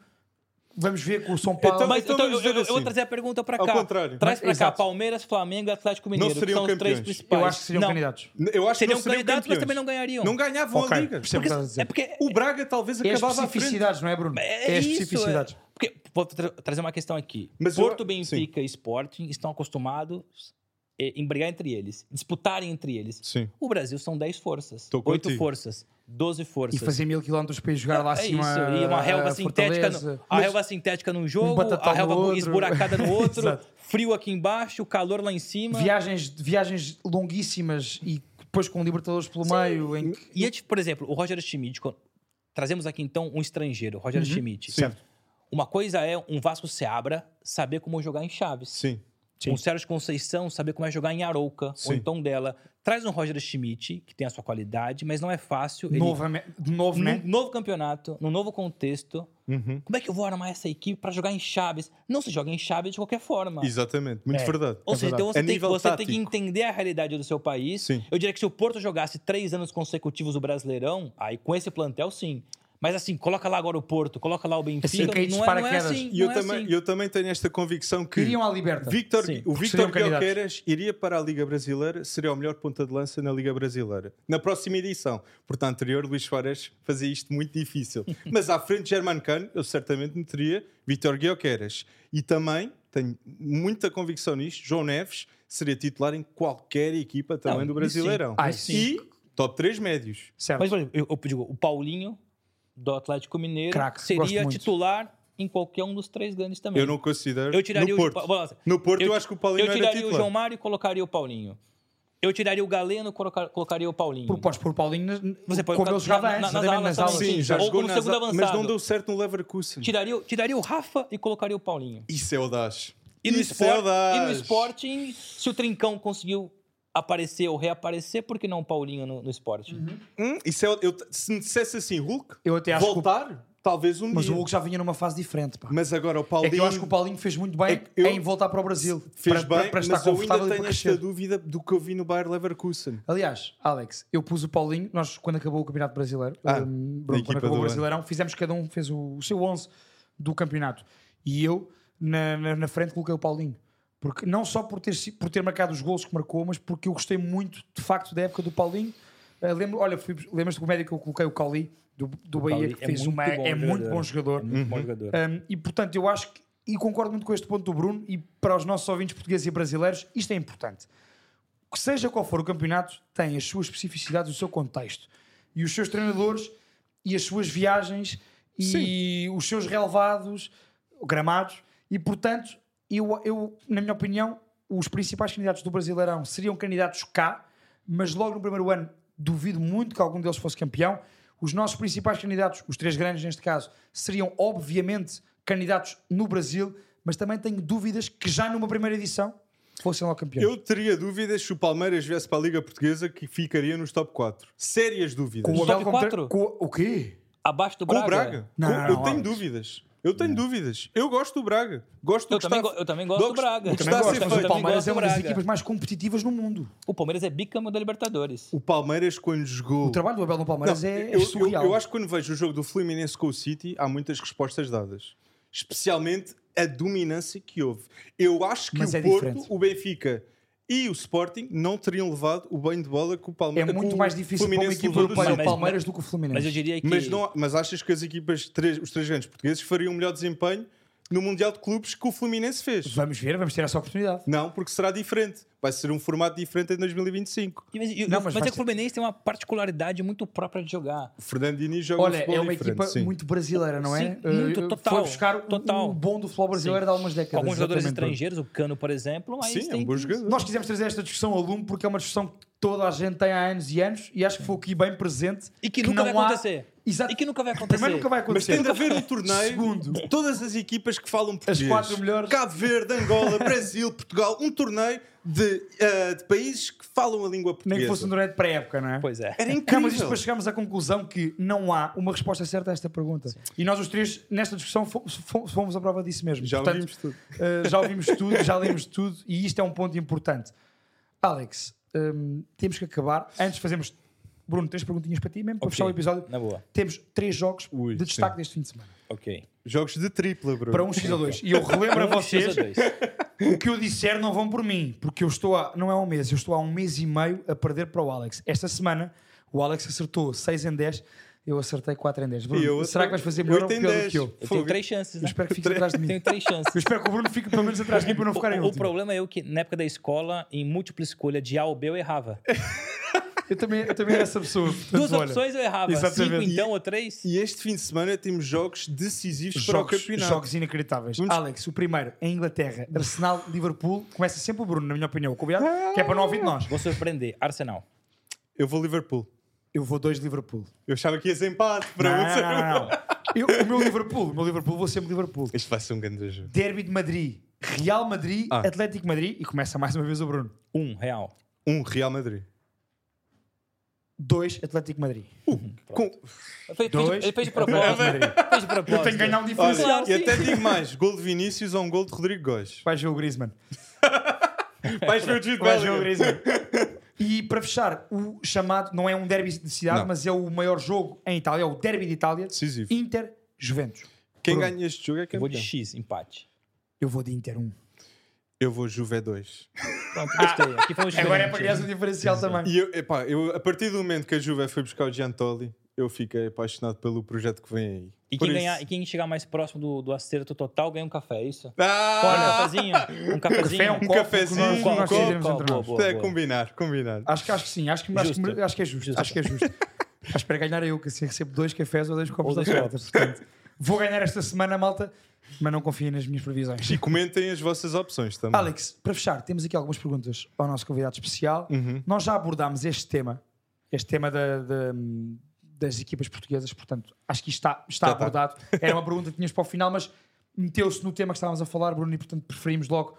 Vamos ver com o São Paulo.
Então,
Mas
então
então, eu,
vamos dizer
eu- eu vou
assim.
trazer a pergunta pra
Ao
cá.
contrário.
Traz pra cá
Exato.
Palmeiras, Flamengo e Atlético Mineiro. que
seriam
são os três
campeões.
principais.
eu acho que seriam
não.
candidatos.
Eu acho
Seriam
que não seriam
candidatos, mas
campeões.
também não ganhavam.
Não ganhavam
Ok,
a Liga.
percebo o que estás a dizer.
É porque
O Braga talvez
É as
acabava à frente.
especificidades, não é, Bruno?
É,
as
isso,
especificidades.
é. Porque, vou tra- trazer uma questão aqui.
tipo Mas eu-
Porto, Benfica e Sporting estão acostumados eh, em brigar entre eles, disputarem entre eles.
Sim.
O Brasil são 10 forças,
Tô
8
contigo.
forças, 12
E
forças.
fazer mil quilómetros para ir jogar lá
é
acima.
isso, e uma relva
a
sintética,
Fortaleza.
no, a
Mas-
relva sintética num jogo,
batatão
a relva
no
com-
outro.
esburacada no outro,
Exato.
frio aqui embaixo, calor lá em cima.
viagens, viagens longuíssimas e depois com Libertadores pelo meio. Em... que-
E, antes, por exemplo, o Roger Schmidt, quando- trazemos aqui então um estrangeiro,
Uhum.
Roger Schmidt.
Sim.
Uma coisa é um Vasco Seabra saber como jogar em Chaves.
Sim.
Sim.
Um Sérgio Conceição saber como é jogar em Arouca,
Sim.
ou então dela. Traz um Roger Schmidt, que tem a sua qualidade, mas não é fácil. Ele-
Novamente- de novo,
num
né?
novo campeonato, num novo contexto.
Uhum.
Como é que eu vou armar essa equipe para jogar em Chaves? Não se joga em Chaves de qualquer forma.
Exatamente. Muito
É.
verdade.
Ou
É
seja,
verdade.
então você,
A
tem,
nível
você tem que
tático.
entender a realidade do seu país.
Sim.
Eu diria que se o Porto jogasse três anos consecutivos o Brasileirão, aí com esse plantel, sim. Mas assim, coloca lá agora o Porto, coloca lá o
Assim,
Benfica.
caí de
não, é, não é
paraquedas.
assim.
E
não
eu,
é
também,
assim.
eu também tenho esta convicção que
Iriam à liberta.
Victor,
Sim.
o
Seriam
Victor
candidatos.
Guilherme iria para a Liga Brasileira, seria o melhor ponta de lança na Liga Brasileira. Na próxima edição. Porque na anterior, Luís Soares fazia isto muito difícil. Mas à frente de German Cano, eu certamente meteria Victor Guilherme. E também, tenho muita convicção nisto, João Neves seria titular em qualquer equipa também do
Não, isso
Brasileirão.
sim.
Ah, isso
e top 3 médios.
Certo.
Mas, por exemplo, eu, eu digo, o Paulinho, do Atlético Mineiro,
Craque, gosto
seria
muito.
titular em qualquer um dos três grandes também.
Eu não considero.
Eu
no
tiraria o.
Porto.
Vou lá,
No Porto, eu,
Eu-
acho que o Paulinho
Eu
era
tiraria o
titular.
João Mário e colocaria o Paulinho. Eu tiraria o Galeno e coloca- colocaria o Paulinho.
Por, podes pôr o Paulinho nas-
Você pode
como
colocar-
ele jogava
é na- na-
antes,
nas
exatamente
alas
nas aulas.
também.
Sim,
Sim,
já
ou
jogou
como
nas
segundo
al- Mas não
avançado.
deu certo no Leverkusen.
Tiraria, tiraria o Rafa e colocaria o Paulinho.
Isso é audaz.
E no,
Isso
Sport-
é audaz.
e no Sporting, se o Trincão conseguiu aparecer ou reaparecer, por que não o Paulinho no, no Sporting?
Uhum.
Hum, isso é, eu, se me dissesse assim, Hulk,
Eu até acho que o-
voltar, talvez um
Mas
dia.
o Hulk já vinha numa fase diferente. Pá.
Mas agora o
É
Paulinho
que eu acho que o Paulinho fez muito bem
É que eu-
em voltar para o Brasil.
fez
para,
bem,
para, para estar
mas eu ainda
confortável e
tenho
para
esta
crescer.
dúvida do que eu vi no Bayern Leverkusen.
Aliás, Alex, eu pus o Paulinho, nós quando acabou o Campeonato Brasileiro,
Ah,
hum, Bruno,
da equipa
quando acabou
do
o
ano.
Brasileirão, fizemos cada um, fez o, o seu 11 do campeonato. E eu, na, na- na frente, coloquei o Paulinho. Porque, não só por ter, si- por ter marcado os gols que marcou, mas porque eu gostei muito, de facto, da época do Paulinho. Eh, lembro, olha, fui- lembras-te do médico que eu coloquei o Cali, do, do Bahia,
Cauli
que
é
fez
muito
uma...
bom
é muito
jogador.
bom jogador.
Muito bom jogador.
Um, e portanto, eu acho que, e concordo muito com este ponto do Bruno, e para os nossos ouvintes portugueses e brasileiros, isto é importante. Que seja qual for o campeonato, tem as suas especificidades, o seu contexto, e os seus treinadores, e as suas viagens, e os seus relevados, gramados, e portanto, eu, eu, na minha opinião, os principais candidatos do Brasileirão seriam candidatos cá, mas logo no primeiro ano duvido muito que algum deles fosse campeão. Os nossos principais candidatos, os três grandes neste caso, seriam obviamente candidatos no Brasil, mas também tenho dúvidas que já numa primeira edição fossem logo campeões.
Eu teria dúvidas se o Palmeiras viesse para a Liga Portuguesa que ficaria nos top 4. Sérias dúvidas.
Com o
Top
Abel como tre-
quatro?
com o- o quê?
Abaixo do
Com
Braga.
o Braga?
Não,
Com-
não,
eu
não,
tenho
Alex.
dúvidas. Eu tenho dúvidas. Eu gosto do Braga. Gosto do
Eu
que
também,
está-
go- eu também gosto do
Gosto-
Braga.
o que está a
Eu
ser feito.
também gosto
mas
do
o Palmeiras é uma das
Braga.
equipas mais competitivas no mundo.
O Palmeiras é bicampeão da Libertadores.
O Palmeiras, quando jogou.
O trabalho do Abel no
Não,
Palmeiras é, é
eu, eu,
surreal.
eu acho que quando vejo o jogo do Fluminense com o City, há muitas respostas dadas. Especialmente a dominância que houve. Eu acho que
Mas
o
é
Porto,
diferente.
o Benfica e o Sporting não teriam levado o banho de bola que o
é
Palmeiras.
muito mais difícil para uma equipa europeia
Mas-
o Palmeiras do que o Fluminense.
Mas eu diria que.
Mas, não, mas achas que as equipas, três- os três grandes portugueses, fariam o melhor desempenho no Mundial de Clubes que o Fluminense fez?
Vamos ver, vamos ter essa oportunidade.
Não, porque será diferente. Vai ser um formato diferente em 2025.
E- Mas, e-
Não,
mas
mas
é
vai
que o
ser-
Fluminense tem uma particularidade muito própria de jogar.
O Fernando Diniz joga um
Olha,
futebol
é uma
diferente,
equipa
sim.
muito brasileira, não é?
Sim, muito,
Eh,
total,
Foi buscar o-
total.
o bom do futebol brasileiro de há algumas décadas.
Com alguns jogadores
exatamente.
estrangeiros, o Cano, por exemplo. Mas
Sim, é
tem-
um bom jogador.
Nós quisemos trazer esta discussão ao lume porque é uma discussão que toda a gente tem há anos e anos e acho que foi aqui bem presente.
E que nunca
não
vai
há-
acontecer.
Exato.
E que nunca vai acontecer.
Primeiro nunca vai
Mas
acontecer.
tem de haver um torneio
Segundo.
de todas as equipas que falam português.
quatro melhores.
Cabo Verde, Angola, Brasil, Portugal. Um torneio de, ah, de países que falam a língua portuguesa.
Nem que fosse um durante pré-época, não é?
Pois é.
Era
Não, mas isto
incrível.
para chegarmos à conclusão que não há uma resposta certa a esta pergunta. E nós os três, nesta discussão, fomos, fomos à prova disso mesmo.
Já
Portanto,
ouvimos tudo.
eh, já ouvimos tudo, já lemos tudo e isto é um ponto importante. Alex, hum, temos que acabar. Antes fazemos... Bruno, três perguntinhas para ti mesmo, para
Ok.
fechar o episódio.
Na boa.
Temos três jogos
Ui,
de destaque
sim.
deste fim de semana.
Ok.
Jogos de tripla, bro.
Para um x a dois. E eu relembro a
Um,
vocês
dois a dois.
o que eu disser não vão por mim, porque eu estou há, não é um mês, eu estou há um mês e meio a perder para o Alex. Esta semana o Alex acertou 6 em 10, eu acertei 4 em 10. Bruno,
E eu
será que vais fazer melhor ou
oito em
pior do
dez.
que eu?
Fogo.
Eu tenho três chances.
Eu
né?
espero que fiques atrás de mim.
Tenho três
Eu
chances.
espero que o Bruno fique pelo menos atrás de mim para não ficar em
O, o
último.
problema é eu que, na época da escola, em múltipla escolha de A ou B, eu errava.
Eu também, eu também era essa pessoa.
Duas
portanto, olha,
opções eu errava.
exatamente.
Cinco, então, ou três.
E este fim de semana temos jogos decisivos para o
Jogos,
campeonato.
jogos inacreditáveis.
Vamos-
Alex, o primeiro em Inglaterra, Arsenal, Liverpool. Começa sempre o Bruno, na minha opinião. Combinado? Que é para não ouvir de nós.
Vou surpreender. Arsenal.
Eu vou Liverpool.
Eu vou dois Liverpool.
Eu achava que ia ser empate. Para
Não,
um
não,
ser-
não, não. Eu- o meu Liverpool, o meu Liverpool, vou sempre Liverpool.
Isto vai ser um grande jogo.
Derby de Madrid, Real Madrid,
Ah.
Atlético Madrid e começa mais uma vez o Bruno.
Um, real.
Um Real Madrid.
Dois Atlético Madrid.
Com-
Ele fez,
Dois.
fez, ele fez de
É
propósito.
Atlético de
fez de propósito.
Eu tenho que ganhar um
Olha,
diferencial.
Claro,
e
sim.
até digo mais: gol de Vinícius ou um gol de Rodrigo Góes.
Vais ver o Griezmann.
Vais ver o Jude
Vais ver
Bellingham.
o Griezmann. E para fechar, o chamado, não é um derby de cidade,
Não.
mas é o maior jogo em Itália, é o derby de Itália.
Decisivo.
Inter, Juventus.
Quem
Bruno.
ganha este jogo é
Eu
campeão.
vou de X, empate.
Eu vou de Inter 1.
Eu vou Juve 2.
Pronto, gostei. Aqui foi um
Agora é
diferente.
para criar um diferencial também.
E eu, epá, eu, a partir do momento que a Juve foi buscar o Giantoli, eu fiquei apaixonado pelo projeto que vem aí.
E
Por
quem,
isso-
ganhar, e quem chegar mais próximo do, do acerto total ganha um café, é isso?
Ah!
Olha, um cafezinho. Um cafezinho.
Café, um copo,
cafezinho,
que nós- que
um
nós
copo.
decidimos entre
Copo,
nós.
boa,
é
boa.
combinar, combinar.
Acho que, acho que sim, acho que, acho que,
Justo.
acho que é justo.
Justo.
Acho que é justo. acho que era ganhar eu, que assim recebo dois cafés ou dois copos
Ou
da
dois
carta. Portanto, vou ganhar esta semana, malta, mas não confiem nas minhas previsões.
E comentem as vossas opções também.
Alex, para fechar, temos aqui algumas perguntas ao nosso convidado especial. Nós já abordámos este tema, este tema da- da- das equipas portuguesas, portanto, acho que isto está, está
Já está.
abordado. Era uma pergunta que tinhas para o final, mas meteu-se no tema que estávamos a falar, Bruno, e portanto preferimos logo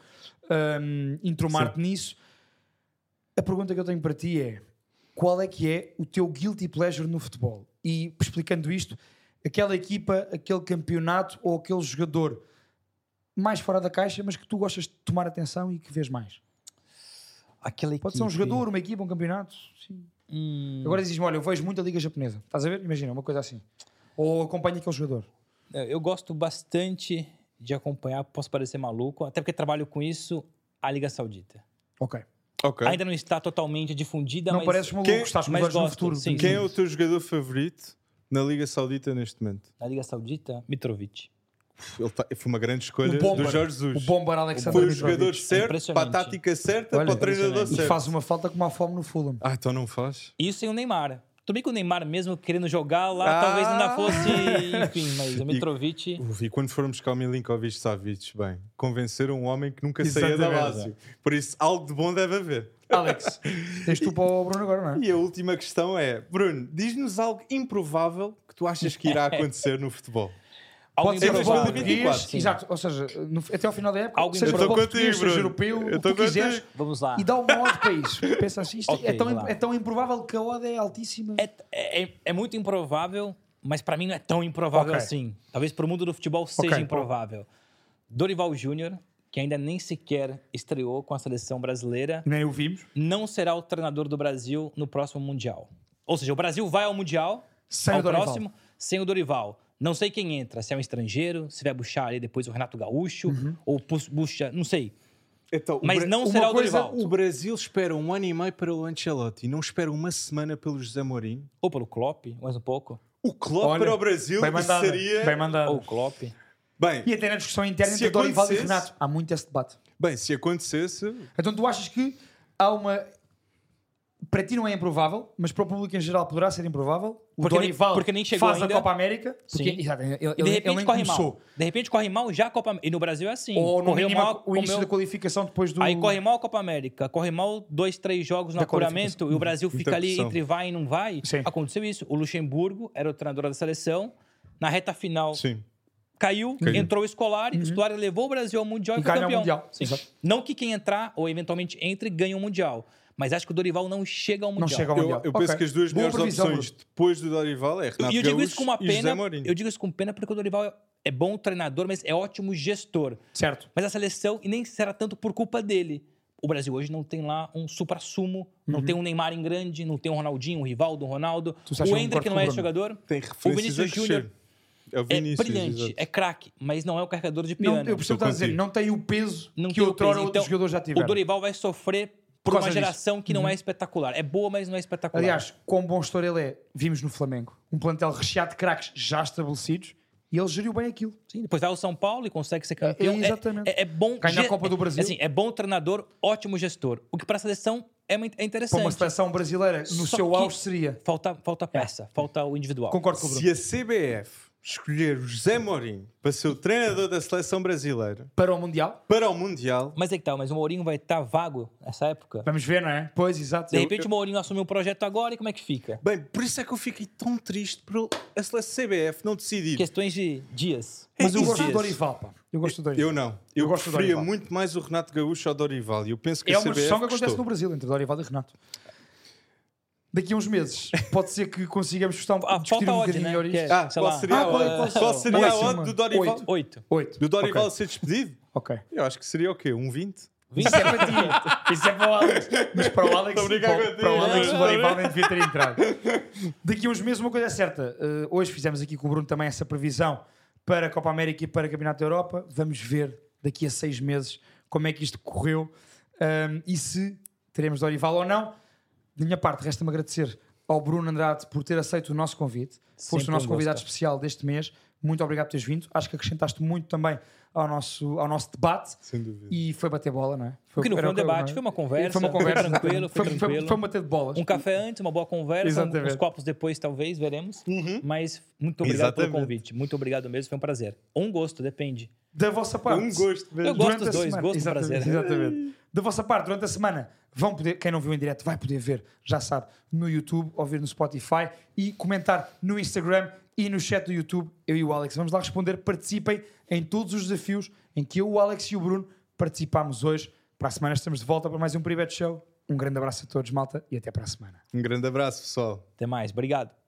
hum, intromar-te nisso. A pergunta que eu tenho para ti é: qual é que é o teu guilty pleasure no futebol? E explicando isto, aquela equipa, aquele campeonato ou aquele jogador mais fora da caixa, mas que tu gostas de tomar atenção e que vês mais.
Aquela
Pode ser um
equipe.
jogador, uma equipa, um campeonato. Sim.
Hum,
Agora dizes-me: olha, eu vejo muito a Liga Japonesa. Estás a ver? Imagina, uma coisa assim. Ou acompanha aquele jogador.
eu gosto bastante de acompanhar, posso parecer maluco, até porque trabalho com isso, a Liga Saudita.
Ok.
Ok.
Ainda não está totalmente difundida,
É? Não
mas...
pareces maluco,
Quem-
estás com os
mas
olhos no
gosto,
futuro.
sim.
Quem é o teu jogador favorito na Liga Saudita neste momento?
Na Liga Saudita, Mitrovic.
Ele tá- foi uma grande escolha
O bomber. é
do Jorge Jesus.
né? O bombar Alexander
foi o
Mitrovic.
jogador certo, para a
Impressionante.
tática certa,
Olha,
para o treinador
impressionante.
certo.
E faz um- uma falta como a fome no Fulham.
Ah, então não faz?
Isso e o Neymar. Tudo bem que o Neymar, mesmo querendo jogar lá,
Ah!
talvez ainda fosse... Enfim, mas o Mitrovic...
Uf, E quando formos cá o Milinkovic Savic, bem, convenceram um homem que nunca saía da
Exatamente.
Lazio. Por isso, algo de bom deve haver.
Alex, tens tu para o Bruno agora, não é?
E a última questão é, Bruno, diz-nos algo improvável que tu achas que irá acontecer no futebol.
Algo
Pode ser
Em
futebol
improvável.
2024,
português,
sim.
exato, ou seja, no- até ao final da época,
Algo
seja
improvável.
futebol
Eu tô
português,
contigo,
seja
Bruno.
europeu,
Eu
o
tô
que tu quiseres,
contigo.
Vamos lá.
e dá um uma odd para isso. Pensa assim, isto é,
Ok,
tão,
vá
im-
lá.
é tão improvável que a odd é altíssima.
É, é- é muito improvável mas pra mim não é tão improvável
Ok. então.
assim. Talvez pro mundo do futebol seja
bom.
improvável. Dorival Júnior, que ainda nem sequer estreou com a seleção brasileira,
Nem o vimos.
não será o treinador do Brasil no próximo Mundial. Ou seja, o Brasil vai ao Mundial,
Sem
ao
o Dorival.
próximo, sem o Dorival. Não sei quem entra, se é um estrangeiro, se vai buchar ali depois o Renato Gaúcho,
Uhum.
ou pus- bucha, não sei.
Então, o
Mas
Bra-
não
uma
será o
coisa,
Dorival.
O Brasil espera um ano e meio para o Ancelotti e não espera uma semana pelo José Mourinho.
Ou pelo Klopp, mais um pouco.
O Klopp
Olha,
para o Brasil
Bem
isso
mandado.
seria...
Bem mandado.
Ou o Klopp.
Bem,
E até na discussão interna
Se
entre Dorival e
acontecesse-
Renato. Há muito esse debate.
bem, se acontecesse...
Então tu achas que há uma. Para ti não é improvável, mas para o público em geral poderá ser improvável. O
Porque nem-
Dorival
porque nem chegou
faz
ainda.
a Copa América. Porque,
Sim.
Exato, ele,
E de
ele- ele
repente
nem
corre
começou.
mal. De repente corre mal já a Copa América. E no Brasil é assim.
Ou no
correu
mínimo
mal,
o início
comeu-
da qualificação depois do.
Aí corre mal a Copa América, corre mal dois, três jogos no
Da
apuramento
qualificação.
e o Brasil fica ali
pressão.
entre vai e não vai.
Sim.
Aconteceu isso. O Luxemburgo era o treinador da seleção. Na reta final
Sim.
caiu,
Caiu.
entrou o Scolari. O Scolari levou o Brasil ao Mundial e,
E
foi
ganha Uhum. o
campeão.
Mundial.
Sim.
Exato.
Não que quem entrar ou eventualmente entre ganhe o Mundial. Mas acho que o Dorival não chega ao
Não
Mundial.
chega ao
Eu,
Mundial.
eu
Ok.
penso que as duas
Boa
melhores
previsão, Bruno.
opções depois do Dorival é Renato
E eu digo isso
Gaúcho
com uma
e José
pena.
Mourinho.
Eu digo isso com pena porque o Dorival é- é bom treinador, mas é ótimo gestor.
Certo.
Mas a seleção, e nem será tanto por culpa dele. O Brasil hoje não tem lá um supra-sumo, não tem um Neymar em grande, não tem um Ronaldinho, um Rivaldo, um Ronaldo.
Uhum. Tu se acha
O
um
Hendrick não é esse
quarto
jogador.
Tem
O
referências
Vinícius
a crescer.
Júnior
É o
é
Vinícius,
brilhante,
exato.
é craque, mas não é o carregador de
Não,
piano.
eu percebo o que
Estou
estás a dizer.
contigo.
Não tem o peso
Não
que
tem o
outro
peso.
outros
Então,
jogadores já tiveram.
O Dorival vai sofrer por,
causa
uma
disso. Uhum.
geração que não é espetacular. É boa, mas não é espetacular.
Aliás, quão bom gestor ele é, vimos no Flamengo. Um plantel recheado de craques já estabelecidos e ele geriu bem aquilo.
Sim, depois vai ao São Paulo e consegue ser campeão.
É,
É,
exatamente.
É, é bom
Ganhar a
ge-
Copa do Brasil.
É, assim, é bom treinador, ótimo gestor. O que para a seleção é, muito- é
Para
interessante.
uma seleção brasileira, no
Só
seu
que-
auge seria.
Falta, falta peça, falta o individual.
Concordo com o Bruno.
Se a CBF escolher o José Mourinho para ser o treinador da seleção brasileira
Para o Mundial,
para o Mundial,
Mas é que tal, mas o Mourinho vai estar vago nessa época.
vamos ver, não é? Pois, exato.
De repente o Mourinho assumiu o projeto agora e como é que fica?
bem, por isso é que eu fiquei tão triste por a seleção CBF não decidir.
é
Questões de dias.
Mas eu
Esses
gosto do
dias.
Dorival, pá. Eu gosto do Dorival.
Eu não. Eu,
assim, Eu gosto do
preferia
Dorival.
muito mais o Renato Gaúcho ao Dorival. E eu penso que
É
a
uma
CBF
discussão que acontece
gostou.
no Brasil entre Dorival e Renato. Daqui a uns meses, pode ser que consigamos discutir um,
Ah,
discutir
falta
um
a odd,
bocadinho
né?
melhor
Que é,
isto.
Ah,
sei
qual
lá,
seria,
Ah,
a
qual-
odd-
qual-
qual seria a
Máxima.
odd do Dorival?
Oito.
Oito.
Oito.
Do Dorival
Ok.
ser despedido?
Ok.
Eu acho que seria o quê? Um 20?
Vinte.
Isso é para ti. Isso é para o Alex. Mas para o Alex,
Estou a brincar
para, o-
contigo.
para o Alex, o
Não,
Dorival nem devia ter entrado. Daqui a uns meses, uma coisa é certa. Eh, hoje fizemos aqui com o Bruno também essa previsão para a Copa América e para o Campeonato da Europa. Vamos ver daqui a seis meses como é que isto correu ehm, e se teremos Dorival ou não. Da minha parte, resta-me agradecer ao Bruno Andrade por ter aceito o nosso convite. Foste
Sempre
o nosso
um
convidado
gosto.
especial deste mês. Muito obrigado por teres vindo. Acho que acrescentaste muito também ao nosso, ao nosso debate.
Sem dúvida.
E foi bater bola, não é?
Porque não
era
foi um
o que-
debate,
não é?
foi uma conversa,
Foi uma
foi
conversa.
tranquilo, foi tranquilo.
Foi um bater de bolas.
Um café antes, uma boa conversa, um- uns
Exatamente.
copos depois, talvez, veremos. Mas muito obrigado pelo
Exatamente.
convite. Muito obrigado mesmo, foi um prazer. Ou um gosto, depende.
Da vossa parte.
Um gosto mesmo.
Eu gosto
durante
dos
a
dois,
semana-
gosto e
exatamente,
prazer.
Exatamente. Da vossa parte, durante a semana, vão poder, quem não viu em direto vai poder ver, já sabe, no YouTube, ouvir no Spotify e comentar no Instagram e no chat do YouTube. Eu e o Alex vamos lá responder. Participem em todos os desafios em que eu, o Alex e o Bruno participámos hoje. Para a semana estamos de volta para mais um Private Show. Um grande abraço a todos, malta, e até para a semana.
Um grande abraço, pessoal.
Até mais, obrigado.